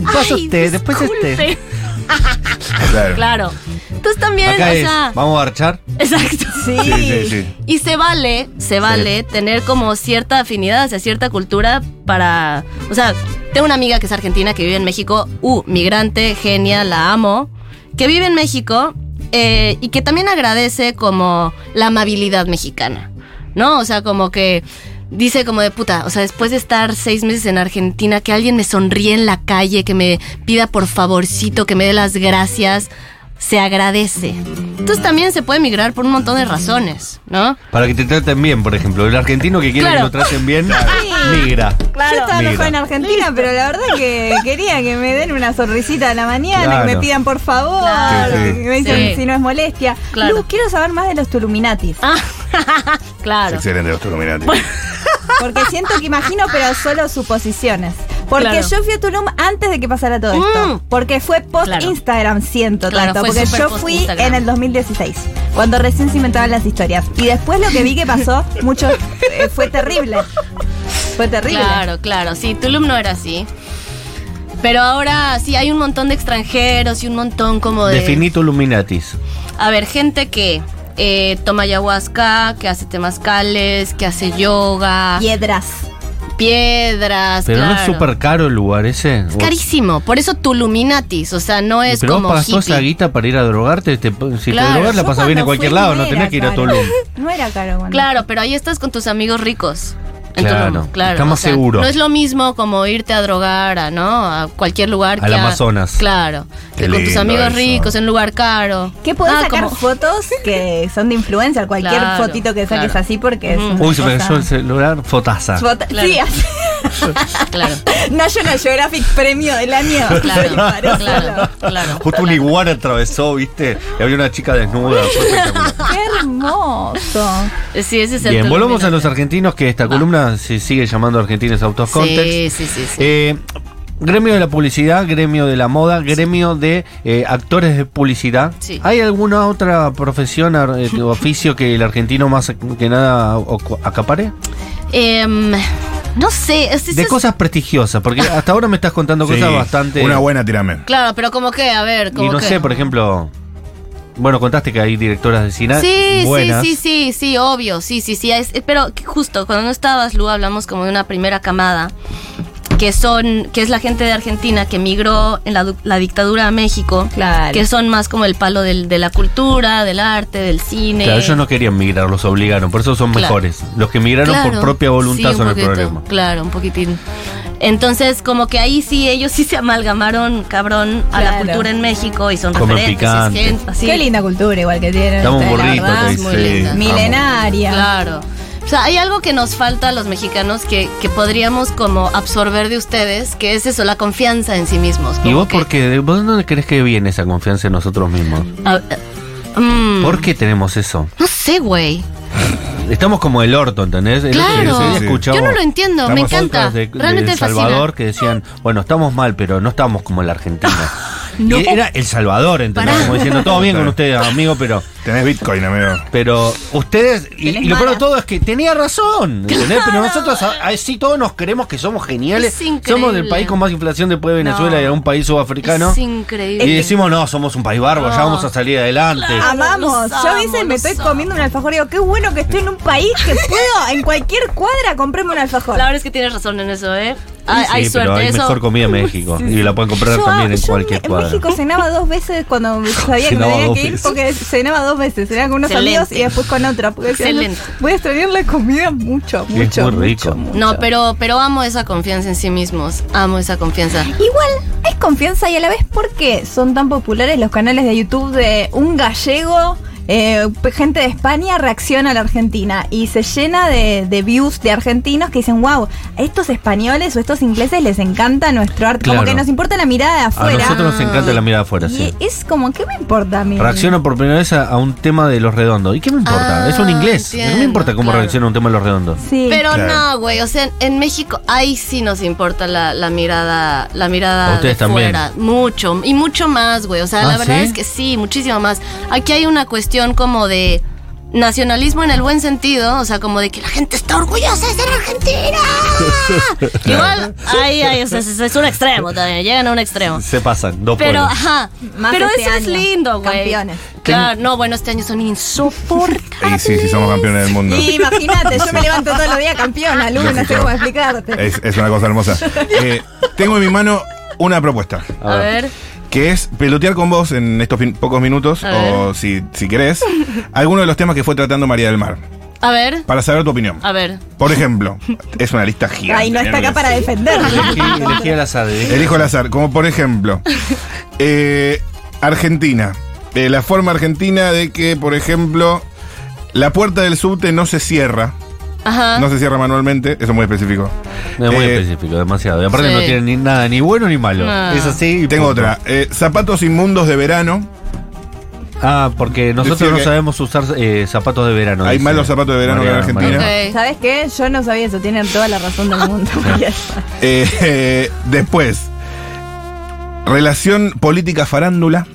A: Pasa
C: Ay,
A: usted, después este.
C: disculpe.
B: Claro.
C: Claro. Entonces también, o
A: Acá es,
C: sea,
A: vamos a garchar.
C: exacto.
D: Sí.
B: Sí, sí, sí.
C: Y se vale, se vale tener como cierta afinidad hacia cierta cultura para, o sea, tengo una amiga que es argentina que vive en México, uh, migrante, genia, la amo, que vive en México eh, y que también agradece como la amabilidad mexicana, ¿no? O sea, como que dice como de puta, o sea, después de estar seis meses en Argentina, que alguien me sonríe en la calle, que me pida por favorcito, que me dé las gracias, se agradece. Entonces también se puede migrar por un montón de razones, ¿no?
A: Para que te traten bien, por ejemplo. El argentino que quiere
C: Claro.
A: que lo traten bien, migra.
D: Yo estaba
A: Migra.
D: mejor en Argentina, pero la verdad que quería que me den una sonrisita a la mañana, que
A: Claro.
D: me pidan por favor,
C: Claro.
B: Sí, sí.
D: que me dicen
C: Sí.
D: si no es molestia.
C: Claro.
D: Luz, quiero saber más de los Turuminatis,
C: Ah, claro.
B: Excelente, doctor Illuminati.
D: porque siento que imagino, pero solo suposiciones. Porque
C: Claro.
D: yo fui a Tulum antes de que pasara todo esto.
C: Mm.
D: Porque fue post
C: Claro.
D: Instagram, siento
C: Claro,
D: tanto.
C: fue
D: Porque
C: súper
D: yo
C: post
D: fui
C: Instagram.
D: en el 2016, cuando recién se inventaban las historias. Y después lo que vi que pasó, mucho, eh, fue terrible. Fue terrible.
C: Claro, claro. Sí, Tulum no era así. Pero ahora sí hay un montón de extranjeros y un montón como de.
A: Definito Illuminatis.
C: A ver, gente que eh, toma ayahuasca, que hace temazcales, que hace yoga,
D: Piedras.
C: piedras.
A: Pero no es
C: claro.
A: súper caro el lugar ese.
C: Es carísimo. Por eso Tuluminatis. O sea, no es
A: Pero vos
C: como.
A: pagas toda esa
C: hippie.
A: guita para ir a drogarte. te- si
C: Claro,
A: te drogas, la
D: Yo
A: pasas bien en
D: cuando
A: cualquier
D: fui
A: lado. No
D: era
A: tenés que ir a
D: caro.
A: Tulum.
D: No era caro cuando-
C: Claro, pero ahí estás con tus amigos ricos. En
A: Claro,
C: Tulum, claro.
A: está más seguro.
C: No es lo mismo como irte a drogar a, ¿no? a cualquier lugar
A: Al Amazonas.
C: Claro.
B: Qué
C: que con tus
B: lindo
C: amigos
B: eso.
C: ricos, en un lugar caro.
D: Que podés
C: Ah,
D: sacar
C: como-
D: fotos que son de influencer, cualquier
C: Claro,
D: fotito que saques
C: claro.
D: así porque
C: Ujú.
D: es una
A: Uy, se me
D: cosa-
A: cayó el celular. Fotaza.
D: Fota-
C: Claro.
D: Sí, así.
C: Claro.
D: National Geographic Premio del año.
C: Claro,
D: Parece
C: claro,
D: lo-
C: claro.
A: Justo un iguana atravesó, ¿viste? Y había una chica desnuda. fue espectacular.
D: Qué hermoso.
C: Sí, ese es el
A: Bien,
C: Tulum
A: volvamos a
C: Minati.
A: los argentinos, que esta columna se sigue llamando Argentinos Autos Context.
C: Sí, sí, sí. sí.
A: Eh, gremio de la publicidad, gremio de la moda, gremio de eh, actores de publicidad.
C: Sí.
A: ¿Hay alguna otra profesión ar- eh, o oficio que el argentino más que nada o- o- acapare?
C: Em, no sé. es- es-
A: Eh, De
C: es-
A: cosas prestigiosas, porque hasta ahora me estás contando
B: Sí,
A: cosas bastante...
B: Una buena, tirame.
C: Claro, pero como que, a ver, como
A: y no
C: que.
A: sé, por ejemplo... Bueno, contaste que hay directoras de cine
C: Sí,
A: buenas.
C: sí, sí, sí, sí, obvio, sí, sí, sí. es- eh, pero que justo cuando no estabas, Lu, hablamos como de una primera camada que son, que es la gente de Argentina que migró en la, du- la dictadura a México,
D: Claro.
C: que son más como el palo del- de la cultura, del arte, del cine.
A: Claro, ellos no querían migrar, los obligaron, por eso son
C: Claro.
A: mejores. Los que migraron por
C: Claro,
A: propia voluntad
C: sí, un
A: son el
C: poquito,
A: problema.
C: Claro, un poquitín. Entonces, como que ahí sí, ellos sí se amalgamaron, cabrón, a la
D: Claro.
C: cultura en México y son
A: Comen
C: referentes.
A: picante.
C: es gente, así.
D: Qué linda cultura igual que tienen.
A: Dame un
D: ustedes, la
A: burrito,
D: verdad.
A: te
C: es muy linda.
B: amo.
D: Milenaria.
C: Claro. O sea, hay algo que nos falta a los mexicanos que, que podríamos como absorber de ustedes, que es eso, la confianza en sí mismos.
A: ¿Y
C: como
A: vos
C: que-
A: por qué? ¿Vos dónde crees que viene esa confianza en nosotros mismos?
C: A- a- mm,
A: ¿Por qué tenemos eso?
C: No sé, güey.
A: Estamos como el orto, ¿entendés? El otro día-
C: Claro.
A: el otro día
B: Sí, sí.
A: escuchaba
C: Yo no lo entiendo, me
A: otras
C: encanta.
A: De,
C: Realmente
A: de
C: me
A: El
C: fascina.
A: Salvador que decían, bueno, estamos mal, pero no estamos como en la Argentina.
C: No.
A: Y era El Salvador, ¿entendés?
C: Pará.
A: Como diciendo, todo bien con ustedes, amigo, pero...
B: Tenés Bitcoin, amigo.
A: Pero ustedes, y,
D: Tenés
A: y lo peor de
D: mala.
A: todo es que tenía razón, ¿entendés? Pero nosotros a- así todos nos creemos que somos geniales.
C: Es increíble.
A: Somos el país con más inflación después de Venezuela
D: No.
A: y algún país sudafricano.
C: Es increíble.
A: Y decimos, no, somos un país bárbaro, ya
C: No.
A: vamos a salir adelante.
D: Amamos.
C: Los
D: Yo a
C: amo,
D: veces me
C: los
D: estoy
C: amo.
D: comiendo un alfajor y digo, qué bueno que estoy en un país que puedo en cualquier cuadra comprarme un alfajor.
C: La verdad es que tienes razón en eso, ¿eh? Hay,
A: Sí,
C: hay
A: pero
C: suerte,
A: hay
C: eso.
A: mejor comida en México. Y la pueden comprar
D: Yo-
A: también en
D: yo
A: cualquier
D: en
A: cuadra.
D: México cenaba dos veces cuando sabía que me
A: Cenaba
D: tenía
A: dos
D: que ir
A: veces.
D: porque cenaba dos veces. Era con unos
C: Excelente.
D: amigos y después con otra. Porque decía,
C: Excelente.
D: voy a extrañar la comida mucho,
A: Sí, es
D: mucho.
A: muy rico.
D: mucho, mucho".
C: No, pero, pero amo esa confianza en sí mismos. Amo esa confianza.
D: Igual es confianza y a la vez porque son tan populares los canales de YouTube de un gallego, eh, gente de España reacciona a la Argentina y se llena de, de views de argentinos que dicen, wow, a estos españoles o estos ingleses les encanta nuestro arte, como
A: Claro.
D: que nos importa la mirada de
A: A
D: afuera.
A: nosotros nos encanta la mirada afuera, sí.
D: Y es como, ¿qué me importa a mí?
A: Reacciona por primera vez a, a un tema de los redondos. ¿Y qué me importa?
C: Ah,
A: es un inglés. no me
C: entiendo,
A: importa cómo
C: claro.
A: reacciona un tema de los redondos.
D: Sí.
C: Pero
B: Claro.
C: no, güey, o sea, en México ahí sí nos importa la, la mirada, la
A: A
C: mirada
A: ustedes
C: de
A: también.
C: fuera, mucho y mucho más, güey. O sea,
A: Ah,
C: la verdad
A: ¿sí?
C: es que sí, muchísimo más. Aquí hay una cuestión como de nacionalismo en el buen sentido, o sea, como de que la gente está orgullosa de ser argentina. Igual ahí, ahí, o sea, es, es un extremo también, llegan a un extremo.
A: Se pasan, dos
C: Pero,
A: pueblos.
C: ajá,
D: Más
C: pero
D: este
C: eso es
D: año.
C: lindo, güey.
D: Campeones.
C: Claro, no, bueno, este año son
B: Y
C: insoportables.
B: sí, sí, somos campeones del mundo.
D: Y imagínate, yo me levanto todos los días campeona, Lu, no sé cómo explicarte.
B: Es, es una cosa hermosa. Eh, tengo en mi mano una propuesta.
C: A ver.
B: que es pelotear con vos en estos pin- pocos minutos,
C: A
B: o si, si querés, alguno de los temas que fue tratando María del Mar,
C: A ver.
B: para saber tu opinión.
C: A ver.
B: Por ejemplo, es una lista gigante.
D: Ah. Ay, no está acá para
A: Elegí,
D: defenderlo.
A: elegí al azar.
C: ¿eh?
A: elegí.
B: Elijo al azar, como por ejemplo, eh, Argentina. Eh, la forma argentina de que, por ejemplo, la puerta del subte no se cierra,
D: Ah.
C: Ajá.
B: no se cierra manualmente, eso es muy específico.
A: No, es muy
B: Eh,
A: específico, demasiado. Y aparte
C: sí. Ah.
A: no tiene ni nada, ni bueno ni malo.
C: No.
A: Es así. y
B: Tengo
A: punto.
B: otra, eh, zapatos inmundos de verano,
A: Ah, porque nosotros
B: Decía
A: no
B: que-
A: sabemos usar eh, zapatos de verano.
B: Hay
A: dice
B: malos zapatos de verano que en
A: Mariana,
B: Argentina.
A: Mariana.
C: Ok.
D: ¿Sabes qué? Yo no sabía eso, tienen toda la razón del mundo.
B: Eh, eh, después, relación política farándula.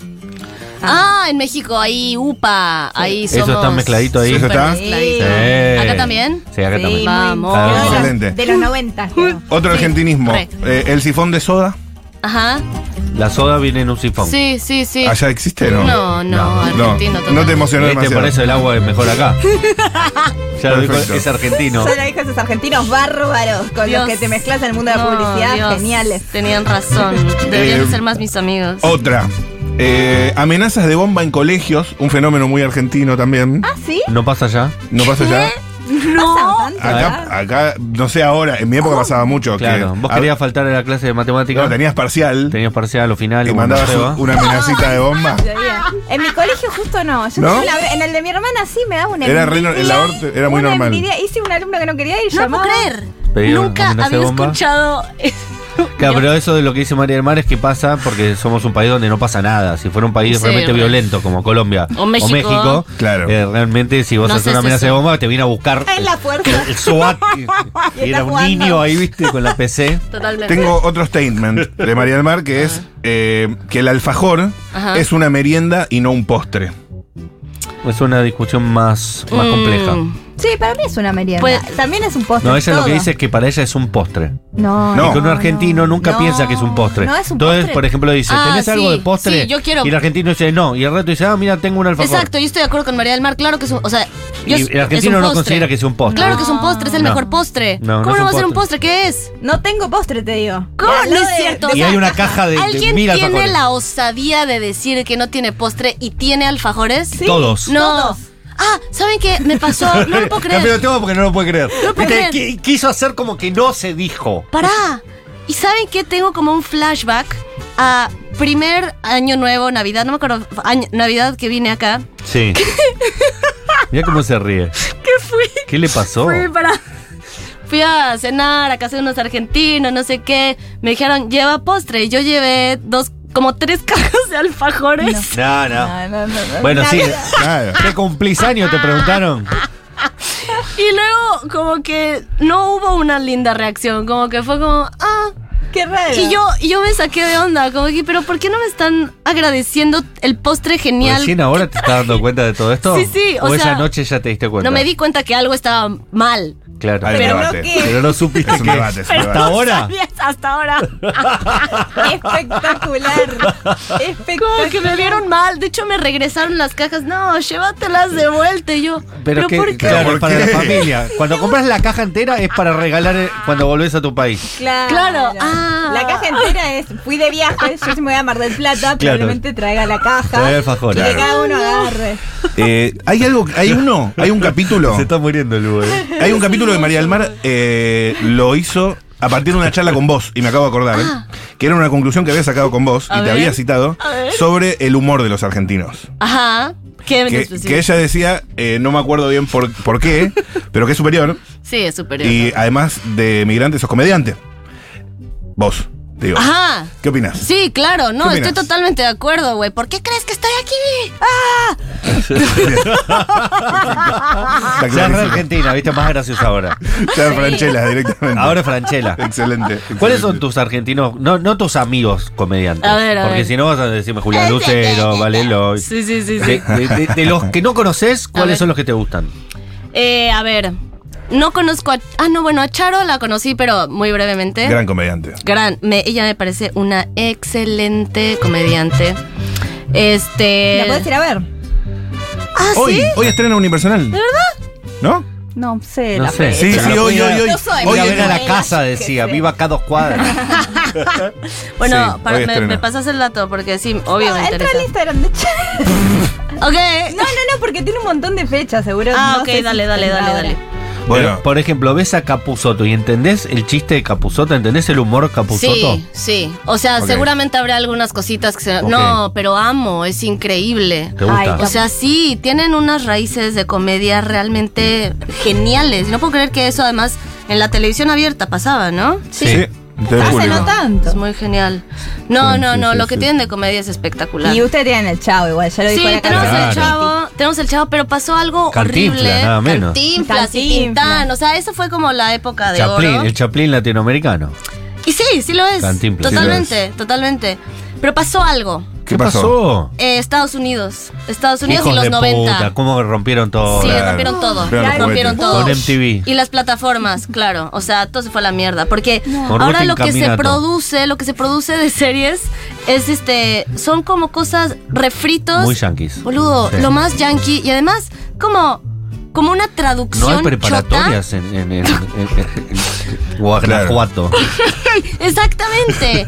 C: Ah, en México, ahí, upa, ahí
A: Eso
C: somos
A: está mezcladito ahí.
B: ¿Eso está?
C: supermezcladito.
A: Sí.
C: ¿Acá también?
A: Sí, acá
D: Sí,
A: también. Ah,
C: Vamos.
D: muy-
A: Vamos.
D: de los-
B: Excelente.
D: De los 90. creo.
B: Otro
C: Sí,
B: argentinismo,
C: re.
B: eh, el sifón de soda.
C: Ajá.
A: La soda viene en un sifón.
C: Sí, sí, sí.
B: ¿Allá existe no?
C: No, no,
A: No,
C: argentino.
B: no te
C: totalmente.
B: emocionó
A: Este,
B: demasiado.
A: por eso el agua es mejor acá. ya lo dijo,
B: Perfecto.
A: es argentino.
D: Son ahí esos argentinos bárbaros con
C: Dios.
D: los que te mezclas en el mundo de la
C: No,
D: publicidad.
C: Dios,
D: Geniales.
C: Tenían razón. Deberían
B: Eh,
C: ser más mis amigos.
B: Otra, eh, amenazas de bomba en colegios, un fenómeno muy argentino también.
D: ¿Ah, sí?
A: ¿No pasa ya?
B: ¿No pasa ya?
D: ¿Pasan tanto?
B: Acá, acá, no sé ahora, en mi época pasaba mucho.
A: Claro.
B: que,
A: Vos
B: a-
A: querías faltar a la clase de matemáticas.
B: no, tenías parcial
A: Tenías parcial o final.
B: y
A: o cuando
B: mandabas
A: sea.
B: un- una amenacita de bomba.
D: En mi colegio justo no. Yo
B: ¿No?
D: tenía la- en el de mi hermana sí me daba una
B: Era re
D: envidia.
B: no- en la orto era muy
D: una
B: normal.
D: envidia. Hice un alumno que no quería ir.
C: No lo
D: llamaba.
C: puedo creer.
A: Pedí una
C: Nunca
A: amenaza de
C: había
A: bomba.
C: escuchado.
A: Claro, pero eso de lo que dice María del Mar es que pasa porque somos un país donde no pasa nada. Si fuera un país
C: Sí,
A: realmente
C: re.
A: violento como Colombia
C: O México.
B: Claro.
A: eh, realmente si vos
C: No
A: haces
C: haces
A: una amenaza de
C: eso.
A: bomba te viene a buscar
D: En la fuerza.
A: el SWAT.
D: Y
A: y
D: está
A: era un
D: jugando.
A: niño ahí, viste, con la PC.
C: Totalmente.
B: Tengo otro statement de María del Mar que es eh, que el alfajor
C: Ah. Ajá.
B: es una merienda y no un postre.
A: Es una discusión más, más
C: Mm.
A: compleja.
D: Sí, para mí es una merienda.
C: Pues-
D: También es un postre.
A: No, ella lo que
D: todo.
A: dice es que para ella es un postre.
D: No,
B: No.
A: Y que un argentino nunca
D: no,
A: piensa que es un postre.
D: No es un
A: Entonces,
D: postre.
A: por ejemplo, dice,
C: Ah,
A: ¿tenés
C: sí,
A: algo de postre?
C: sí, yo quiero-
A: Y el argentino dice, no. Y el rato dice, ah, mira, tengo un alfajor.
C: Exacto, yo estoy de acuerdo con María del Mar. Claro que es un. O sea, yo
A: Y
C: es-
A: el
C: es un
A: argentino no
C: postre.
A: considera que es un postre.
C: Pues Claro que es un postre, es el
A: No.
C: mejor postre.
A: No, no
C: ¿Cómo
A: es un
C: no va a ser un
A: postre.
C: postre? ¿Qué es?
D: No tengo postre, te digo.
C: ¿Cómo?
D: Al
C: No
D: lado
C: es
D: de-
C: cierto.
D: de-
A: Y
C: O sea,
A: hay una caja de, de
C: ¿Alguien
A: mil
C: tiene
A: alfajores.
C: la osadía de decir que no tiene postre y tiene alfajores?
D: Sí.
A: Todos.
C: No.
D: Todos.
C: Ah, ¿saben qué? Me pasó. No lo puedo
A: Cambió de
C: creer.
A: tema porque no lo puede creer.
C: lo puede
A: Viste,
C: creer.
A: qui- Quiso hacer como que no se dijo.
C: Pará. ¿Y saben qué? Tengo como un flashback a primer año nuevo, Navidad, no me acuerdo, año- Navidad que vine acá.
A: Sí. Mira cómo se ríe.
C: ¿Qué fui?
A: ¿Qué le pasó?
C: Fui para- Fui a cenar a casa de unos argentinos, no sé qué. Me dijeron, lleva postre. Y yo llevé dos, como tres cajas de alfajores.
A: No, no.
D: No, no, no, no.
A: Bueno, sí.
B: Claro.
A: ¿Qué cumplís año? Te
C: Ah,
A: preguntaron.
C: Y luego, como que no hubo una linda reacción. Como que fue como, ah.
D: Qué raro.
C: Y yo, y yo me saqué de onda. Como que, pero ¿por qué no me están agradeciendo el postre genial?
A: ¿Recién ahora te estás dando cuenta de todo esto?
C: Sí, sí, o
A: ¿O esa
C: sea,
A: noche ya te diste cuenta?
C: No me di cuenta que algo estaba mal.
A: Claro.
B: Hay un
D: Pero no
B: debate.
D: que-
A: Pero no supiste
B: Es un
A: que
B: debate, es un
A: hasta
B: debate.
A: ahora.
C: Sabías hasta ahora.
D: Espectacular.
C: Como
D: Espectacular.
C: que me vieron mal. De hecho, me regresaron las cajas. No, llévatelas de vuelta. Y yo,
A: Pero,
C: ¿pero,
A: que,
C: por qué?
A: claro,
B: ¿Por
A: para
B: qué?
A: la familia. Cuando compras la caja entera es para regalar eh, cuando volvés a tu país.
D: Claro.
C: Claro, ah.
D: La caja entera es, fui de viaje, yo si me voy a Mar del Plata,
A: Claro.
D: probablemente traiga la
A: Trae
D: caja.
A: alfajor.
D: Y que
A: Claro.
D: cada uno agarre.
B: Eh, hay algo, hay uno, hay un capítulo.
A: Se está muriendo el búho. eh.
B: Hay un capítulo de María del Mar, eh, lo hizo a partir de una charla con vos, y me acabo de acordar, ¿eh? que era una conclusión que había sacado con vos,
C: Ah. A
B: y te
C: ver,
B: había citado,
C: a ver.
B: sobre el humor de los argentinos.
C: Ajá. ¿Qué
B: Que,
C: específico?
B: que ella decía, eh, no me acuerdo bien por, por qué, pero que es superior,
C: Sí, es superior.
B: y además de migrante sos comediante. Vos, te digo.
C: Ajá.
B: ¿Qué opinás?
C: Sí, claro, no,
B: ¿Qué
C: estoy
B: opinas?
C: totalmente de acuerdo, güey. ¿Por qué crees que estoy aquí?
B: Está
A: Ya es re
B: clarísimo.
A: argentina, viste, más graciosa ahora.
B: Ya, Franchella, directamente.
A: Ahora Franchela.
B: Excelente.
A: ¿Cuáles
B: excelente.
A: son tus argentinos? No, no tus amigos comediantes.
C: A ver, a
A: porque
C: ver.
A: si no vas a decirme Julián Lucero, Valelo.
C: Sí, sí, sí,
A: Pues, De, de-
C: sí.
A: de- de los que no conoces,
C: ver.
A: ¿cuáles son los que te gustan?
C: Eh, a ver, no conozco a... Ah, no, bueno, a Charo la conocí, pero muy brevemente.
B: Gran comediante.
C: Gran, me- ella me parece una excelente comediante. Este...
D: ¿La puedes ir a ver?
C: Ah,
B: Hoy,
C: ¿sí?
B: hoy estrena Unipersonal. ¿De verdad? ¿No?
D: No sé,
A: No
D: la
A: sé.
D: fe.
B: Sí,
A: Pero
B: sí,
A: la
B: hoy,
A: fui a-
B: hoy, hoy.
D: Yo soy
A: Voy a
D: Hoy
A: ver a la
D: no.
A: casa, decía,
D: Sí.
A: viva acá dos cuadras.
C: Bueno,
B: Sí,
C: para-
B: hoy
C: me,
B: estrena.
C: me pasas el dato porque sí, obvio
D: No,
C: me
D: Ah, entra
C: interesa.
D: al Instagram de Charo.
C: Ok.
D: No, no, no, porque tiene un montón de fechas, seguro.
C: Ah,
D: no
C: ok,
D: sé si
C: dale, dale,
D: tendrá
C: dale,
D: ahora.
C: dale.
B: Bueno,
A: Pero, por ejemplo, ves a Capuzoto y entendés el chiste de Capuzoto, entendés el humor Capuzoto.
C: Sí, sí. O sea,
B: Ok.
C: seguramente habrá algunas cositas que se...
A: Ok.
C: No, pero amo, es increíble.
A: ¿Te gusta?
D: Ay,
C: O sea, sí, tienen unas raíces de comedia realmente geniales. No puedo creer que eso además en la televisión abierta pasaba, ¿no?
B: sí. entonces,
D: Hace
B: Julio.
D: no
C: Es
D: tanto.
C: muy genial. No,
B: Sí,
C: no,
B: sí,
C: no,
B: sí,
C: lo que
B: sí.
C: tienen de comedia es espectacular.
D: Y ustedes tienen el chavo igual, ya lo dijo
C: Sí,
D: la
C: tenemos
A: Claro.
C: el chavo, tenemos el chavo, pero pasó algo
A: Cantinflas,
C: horrible.
A: nada menos.
C: Cantinflas y
D: Cantinflas.
C: Tintán. O sea, eso fue como la época de
A: Chaplin,
C: oro.
A: el Chaplin latinoamericano.
C: Y sí, sí lo es.
A: Cantinflas.
C: Totalmente,
B: Sí
C: totalmente. Pero pasó algo.
B: ¿Qué pasó?
C: Eh, Estados Unidos. Estados Unidos
A: Hijos
C: y los
A: de
C: 90.
A: puta, cómo rompieron todo.
C: Sí,
B: Claro.
C: rompieron todo.
B: Claro,
C: rompieron
B: juguete.
C: todo.
A: este. Con MTV.
C: Y las plataformas, claro. O sea, todo se fue a la mierda. Porque
A: Con
C: ahora
A: Rutin
C: lo que se
A: Caminato.
C: produce, lo que se produce de series, es este. Son como cosas refritos.
A: Muy yanquis.
C: Boludo,
A: Sí.
C: lo más yankee. Y además, como. Como una
A: No
C: traducción.
A: hay preparatorias en, en, en- en- en- en Guanajuato.
C: chota. Exactamente.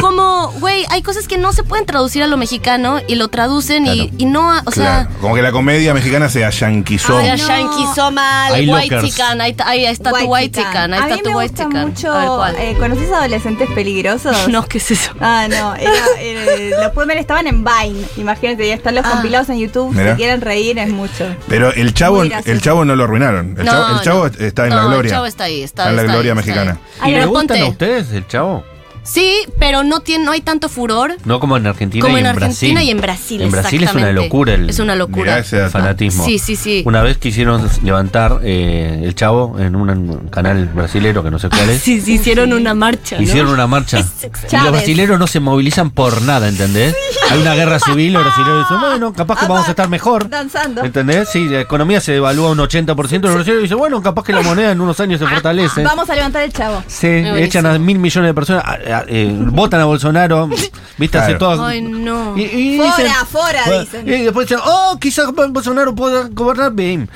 C: como, güey, hay cosas que no se pueden traducir a lo mexicano y lo traducen y,
A: Claro.
C: y no. ha- O sea.
B: Claro, como que la comedia mexicana sea yanquizó.
C: Ay, Yankee Somal,
A: Hay
C: White
A: lockers.
C: Chican, ahí, ahí está tu White Chican, ahí
D: A
C: está
D: mí
C: tu
D: me
C: White
D: gusta
C: Chican. A ver,
D: mucho.
C: ¿cuál?
D: eh, ¿Conocés adolescentes peligrosos?
C: No, ¿qué es eso?
D: Ah, no, era, eh, los pueden ver, estaban en Vine. Imagínate, ya están los
C: Ah.
D: compilados en YouTube.
B: Mirá.
D: Si quieren reír, es mucho.
B: Pero el chavo,
D: Muy gracioso.
B: el chavo no lo arruinaron. El
C: No,
B: chavo, el chavo
C: no.
B: está en la
C: No, el
B: gloria.
C: chavo está ahí, está-
B: en la
C: está
B: gloria
C: ahí, está
B: mexicana.
C: ahí.
A: ¿Y le
C: Pero
A: gustan
C: ponte-
A: a ustedes el chavo?
C: Sí, pero no tiene, no hay tanto furor
A: No como en Argentina
C: como
A: y en,
C: en Argentina
A: Brasil.
C: y en Brasil.
A: En Brasil es una
C: exactamente.
A: locura el,
C: es una
B: Mirá
C: locura.
B: ese dato.
A: fanatismo.
C: Sí, sí, sí.
A: Una vez quisieron levantar eh, el chavo en un canal brasilero que no sé cuál es.
C: Sí, sí, hicieron una marcha. ¿no?
A: Hicieron una marcha. Y los
D: Chávez.
A: brasileros no se movilizan por nada, ¿entendés? Hay una guerra civil, los brasileros dicen, bueno, capaz que
D: Ah,
A: vamos a
D: va,
A: estar mejor.
D: Danzando.
A: ¿Entendés? Sí, la economía se devalúa un 80%, los brasileros dicen, bueno, capaz que la moneda en unos años se fortalece.
D: Ah, Vamos a levantar el chavo.
A: Se
C: Muy
A: echan a
C: buenísimo.
A: mil millones de personas, a- a- eh, votan a Bolsonaro, viste, hace
B: Claro.
A: todo.
C: Ay, no.
A: Y, y
D: Fora,
A: dicen-
D: fora,
A: Bueno,
D: dicen.
A: Y después dicen, oh, quizás Bolsonaro pueda gobernar bien.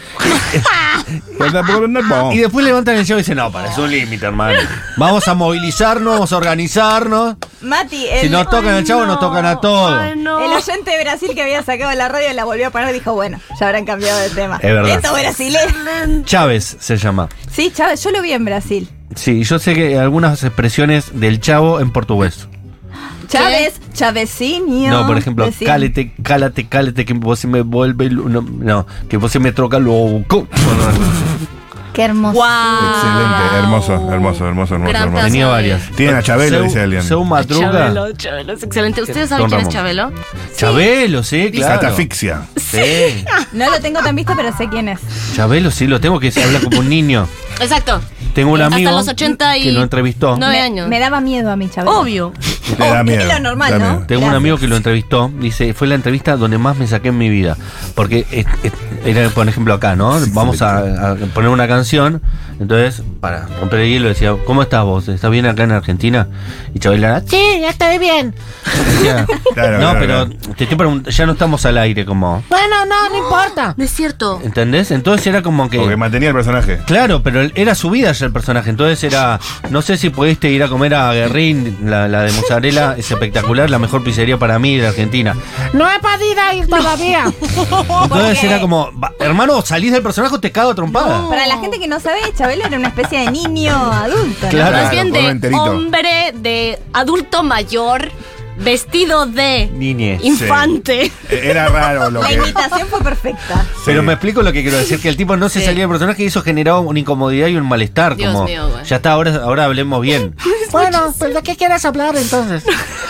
B: Pero tampoco no es bueno.
A: ah, Y después levantan el show y dicen, no, para, es un límite, hermano. Vamos a movilizarnos, vamos a organizarnos.
D: Mati, el,
A: Si nos tocan al chavo, nos tocan a todos.
C: Ay, no.
D: el oyente de Brasil que había sacado la radio la volvió a parar y dijo, bueno, ya habrán cambiado de tema.
A: Es verdad.
D: Esto brasileño.
A: Chávez se llama.
D: Sí, Chávez, yo lo vi en Brasil.
A: Sí, yo sé que algunas expresiones del chavo en portugués.
D: Chávez, Chávezinho.
A: No, por ejemplo,
D: Brasil.
A: cálate, cálate, cálate, que vos se me vuelve. lo- No, no, que vos se me troca loco.
D: Qué hermoso.
C: Guau.
B: Excelente, hermoso, hermoso, hermoso, hermoso,
C: Gran
B: hermoso.
C: placer.
A: Tenía varias.
B: Tienen a Chabelo, dice alguien.
A: Seu Madruga.
C: Chabelo, Chabelo, es excelente. ¿Ustedes saben
A: Don
C: quién es
A: Ramón.
C: Chabelo?
A: Chabelo, sí, claro.
B: Catafixia.
A: Sí.
D: No lo tengo tan visto, pero sé quién es.
A: Chabelo, sí, lo tengo que se habla como un niño.
C: Exacto.
A: Tengo un
C: Hasta
A: amigo
C: los 80 y-
A: que lo entrevistó.
C: No. Nueve
D: me,
C: años.
D: me daba miedo a mí, Chávez.
C: Obvio.
B: Te da miedo.
D: Es lo normal,
B: da
D: ¿no?
B: miedo.
A: Tengo un
D: Gracias.
A: amigo que lo entrevistó, dice, fue la entrevista donde más me saqué en mi vida. Porque eh, eh, era, por ejemplo, acá, ¿no?
B: Sí,
A: Vamos
B: sí,
A: a, a poner una canción. Entonces, para romper el hielo, decía, ¿cómo estás vos? ¿Estás bien acá en Argentina? Y Chabela, sí, ya estoy bien. Decía,
B: Claro,
A: no,
B: claro,
A: pero
B: claro.
A: te estoy preguntando, ya no estamos al aire como... Bueno, no, no importa.
C: No es cierto.
A: ¿Entendés? Entonces era como que...
B: Porque mantenía el personaje.
A: Claro, pero él- era su vida ya el personaje, entonces era, no sé si pudiste ir a comer a Guerrín, la, la de mozzarella es espectacular, la mejor pizzería para mí de Argentina.
F: No he podido ir todavía.
A: Entonces era como, "Va, hermano, salís del personaje o te cago a trompada.
D: Para la gente que no sabe, Chabela era una especie de niño adulto. ¿no?
A: Eh, Claro.
C: Más bien
B: con un
C: de
B: enterito.
C: hombre, de adulto mayor, vestido de
A: Niñez.
C: infante.
B: Eh, Era raro lo
D: La
B: que.
D: imitación fue perfecta.
B: sí.
A: Pero me explico lo que quiero decir, que el tipo no se
C: Sí.
A: salía del personaje y eso generaba una incomodidad y un malestar.
C: Dios
A: como,
C: mío, güey.
A: ya está, ahora, ahora hablemos bien.
F: bueno, pues ¿de qué quieres hablar entonces?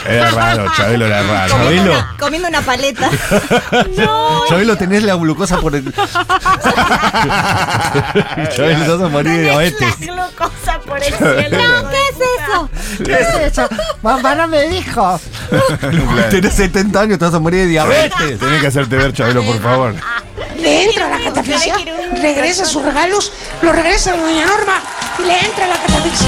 B: Era raro, Chabelo era raro.
D: Comiendo
A: Chabelo.
D: una, comiendo una paleta.
A: Chabelo, tenés la glucosa por el... Chabelo, te vas a morir de diabetes.
F: glucosa por el cielo. No, ¿qué es
D: eso?
F: ¿Qué es eso? Mamá no me dijo.
B: Claro.
A: Tenés 70 años, te vas a morir de diabetes.
B: Este, Tenés que hacerte ver, Chabelo, por favor.
G: le entra la catafixia, regresa sus regalos, lo regresa a doña Norma y le entra la catafixia.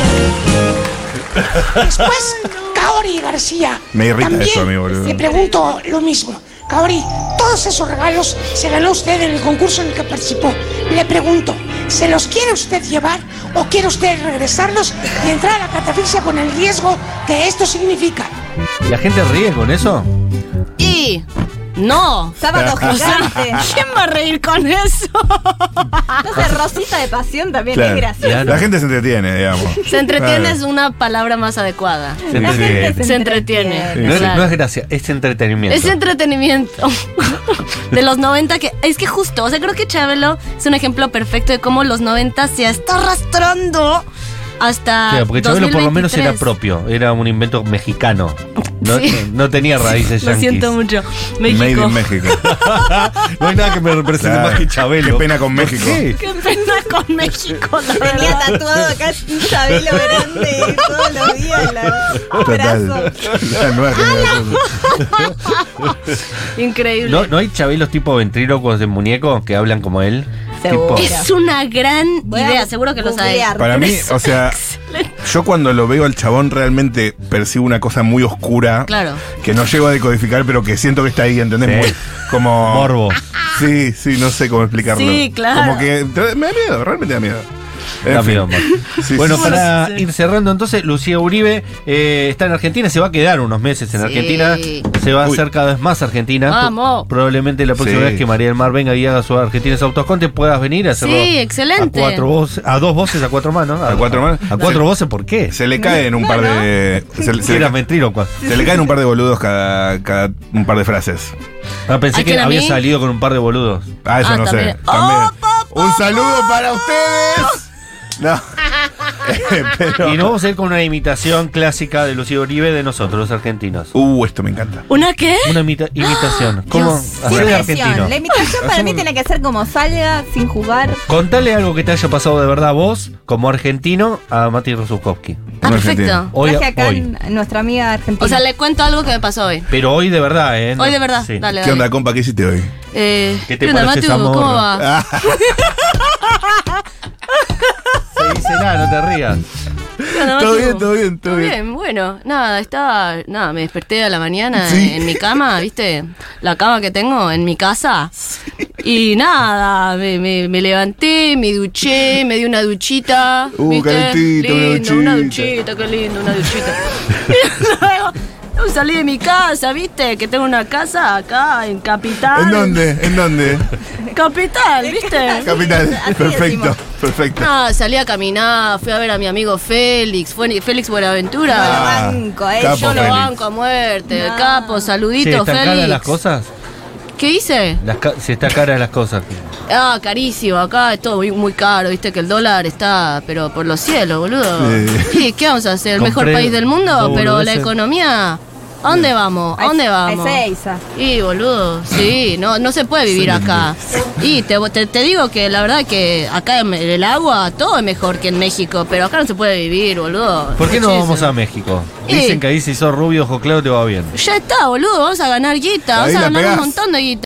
G: Después, Kaori García.
B: Me irrita
G: También
B: eso a mí, boludo.
G: Le pregunto lo mismo. Kaori, todos esos regalos se ganó usted en el concurso en el que participó. Le pregunto, ¿se los quiere usted llevar o quiere usted regresarlos y entrar a la catafixia con el riesgo que esto significa?
A: ¿La gente ríe con eso?
C: Y no.
D: Sábado
C: O sea,
D: gigante.
C: ¿quién va a reír con eso?
D: Entonces, Rosita de Pasión también
B: Claro.
D: es graciosa.
A: Claro.
B: La gente se entretiene, digamos.
C: Se entretiene
B: Claro.
C: es una palabra más adecuada.
A: Se
D: La
A: entretiene.
D: gente
C: Se entretiene.
A: No, es-
C: Claro.
A: no es gracia, es entretenimiento.
C: Es entretenimiento. De los 90 que... Es que justo, o sea, creo que Chabelo es un ejemplo perfecto de cómo los 90 se está arrastrando hasta...
A: Claro, porque Chabelo por lo menos era
C: 2023.
A: propio, era un invento mexicano. No,
C: Sí.
A: no tenía raíces
C: Lo
A: yanquis.
C: siento mucho.
B: Made
C: México.
B: in México.
A: No hay nada que me represente
B: Claro.
A: más que Chabelo.
B: Qué pena con
A: ¿Por
B: México.
A: qué?
C: Qué pena con México, la
D: Tenía
C: verdad.
D: tatuado acá un Chabelo grande todos los días. La...
B: Total.
D: brazo.
B: La nueva generación.
C: Increíble.
A: ¿No, no hay Chabelos tipo ventrílocos de muñeco que hablan como él?
D: Seguro.
A: Tipo,
C: Es una gran
D: Voy a
C: idea, seguro que lo sabe.
D: googlear.
B: Para mí, o sea,
C: Excelente.
B: yo cuando lo veo al chabón realmente percibo una cosa muy oscura.
C: Claro.
B: Que no llego a decodificar, pero que siento que está ahí, ¿entendés?
A: Sí.
B: Muy como.
A: Morbo.
B: Sí, sí, no sé cómo explicarlo.
C: Sí, claro.
B: Como que tra- me da miedo, realmente me da miedo. En
A: la
B: fin.
A: fidoma.
B: Sí,
A: bueno,
B: sí, sí.
A: para
C: sí.
A: ir cerrando entonces, Lucía Uribe eh, está en Argentina, se va a quedar unos meses en
C: Sí.
A: Argentina, se va a
B: Uy.
A: hacer cada vez más Argentina.
C: Vamos.
A: Probablemente la próxima
B: Sí.
A: vez que María del Mar venga y haga su Argentina Autos Conte puedas venir a hacerlo.
C: Sí, excelente.
A: A, cuatro voces, a dos voces, a cuatro manos.
B: ¿A cuatro manos?
A: ¿A cuatro
B: Sí.
A: voces por qué?
B: Se le caen un par de. Se, le- se le,
A: Era
B: ca-
A: ventrílocua.
B: se le caen un par de boludos cada, cada un par de frases.
A: Ah, pensé
C: ¿A
A: que
C: quién, a
A: había
C: mí?
A: salido con un par de boludos.
B: Ah, eso
C: Ah,
B: no
C: también.
B: sé. También. un saludo para ustedes. No. Pero-
A: Y nos vamos a ir con una imitación clásica de Lucía Uribe de nosotros, los argentinos.
B: Uh, esto me encanta.
C: ¿Una qué?
A: Una imita- imitación. ¿Cómo
C: Dios,
A: hacer de
D: Imitación.
A: argentino?
D: La imitación para mí tiene que ser como salga, sin jugar.
A: Contale algo que te haya pasado de verdad a vos, como argentino, a Mati Rosukovsky.
C: Ah,
B: Un
C: perfecto.
B: argentino.
A: Hoy,
D: Traje acá
A: hoy.
D: n- nuestra amiga argentina.
C: O sea, le cuento algo que me pasó hoy.
A: Pero hoy de verdad, ¿eh?
C: Hoy de verdad.
A: Sí.
C: Dale, dale.
B: ¿Qué onda, compa? ¿Qué hiciste hoy?
C: Eh,
A: ¿Qué te
C: onda,
A: parece
C: Matu?
A: esa
C: ¿Cómo
A: morra?
C: va?
A: Se dice nada, no te rías.
C: ¿Qué onda,
B: Todo
C: Matu?
B: bien, todo bien, todo bien.
C: Bien, bueno, nada, estaba, nada, me desperté a la mañana
B: Sí.
C: en mi cama, ¿viste? La cama que tengo en mi casa. Y nada, me, me- me levanté, me duché, me di una duchita.
B: Uh,
C: ¿viste?
B: calentito, una
C: lindo, una
B: duchita.
C: duchita, qué lindo, una duchita. Y luego salí de mi casa, ¿viste? Que tengo una casa acá en Capital.
B: ¿En dónde? ¿En dónde?
C: Capital, ¿viste?
B: Capital.
D: así
B: Perfecto,
D: decimos.
B: perfecto.
C: Ah, salí a caminar, fui a ver a mi amigo Félix, fue Félix Buenaventura.
D: Yo lo
B: Ah,
D: banco, eh.
B: capo.
C: Yo lo
B: Félix.
C: banco a muerte, capo,
A: ¿Se
C: saludito,
A: pues, están
C: Félix.
A: caras las cosas?
C: ¿Qué hice?
A: Las ca- se está cara las cosas.
C: Ah, carísimo, acá es todo muy, muy caro, viste que el dólar está, pero por los cielos, boludo.
B: Sí.
C: Sí, ¿qué vamos a hacer? ¿El mejor
A: Compré
C: país del
A: dos
C: mundo? Pero la
A: boludeces.
C: economía ¿A dónde vamos? ¿A dónde vamos?
D: A Ezeiza.
C: Y boludo, sí, no, no se puede vivir acá. Y te, te- te digo que la verdad que acá en el agua todo es mejor que en México, pero acá no se puede vivir, boludo.
A: ¿Por qué no
C: Muchísimo.
A: vamos a México?
C: Y-
A: Dicen que ahí si sos rubio, ojo claro, te va bien.
C: Ya está, boludo, vamos a ganar guita,
B: Ahí
C: vamos a
B: la
C: ganar
B: pegás.
C: un montón de guita.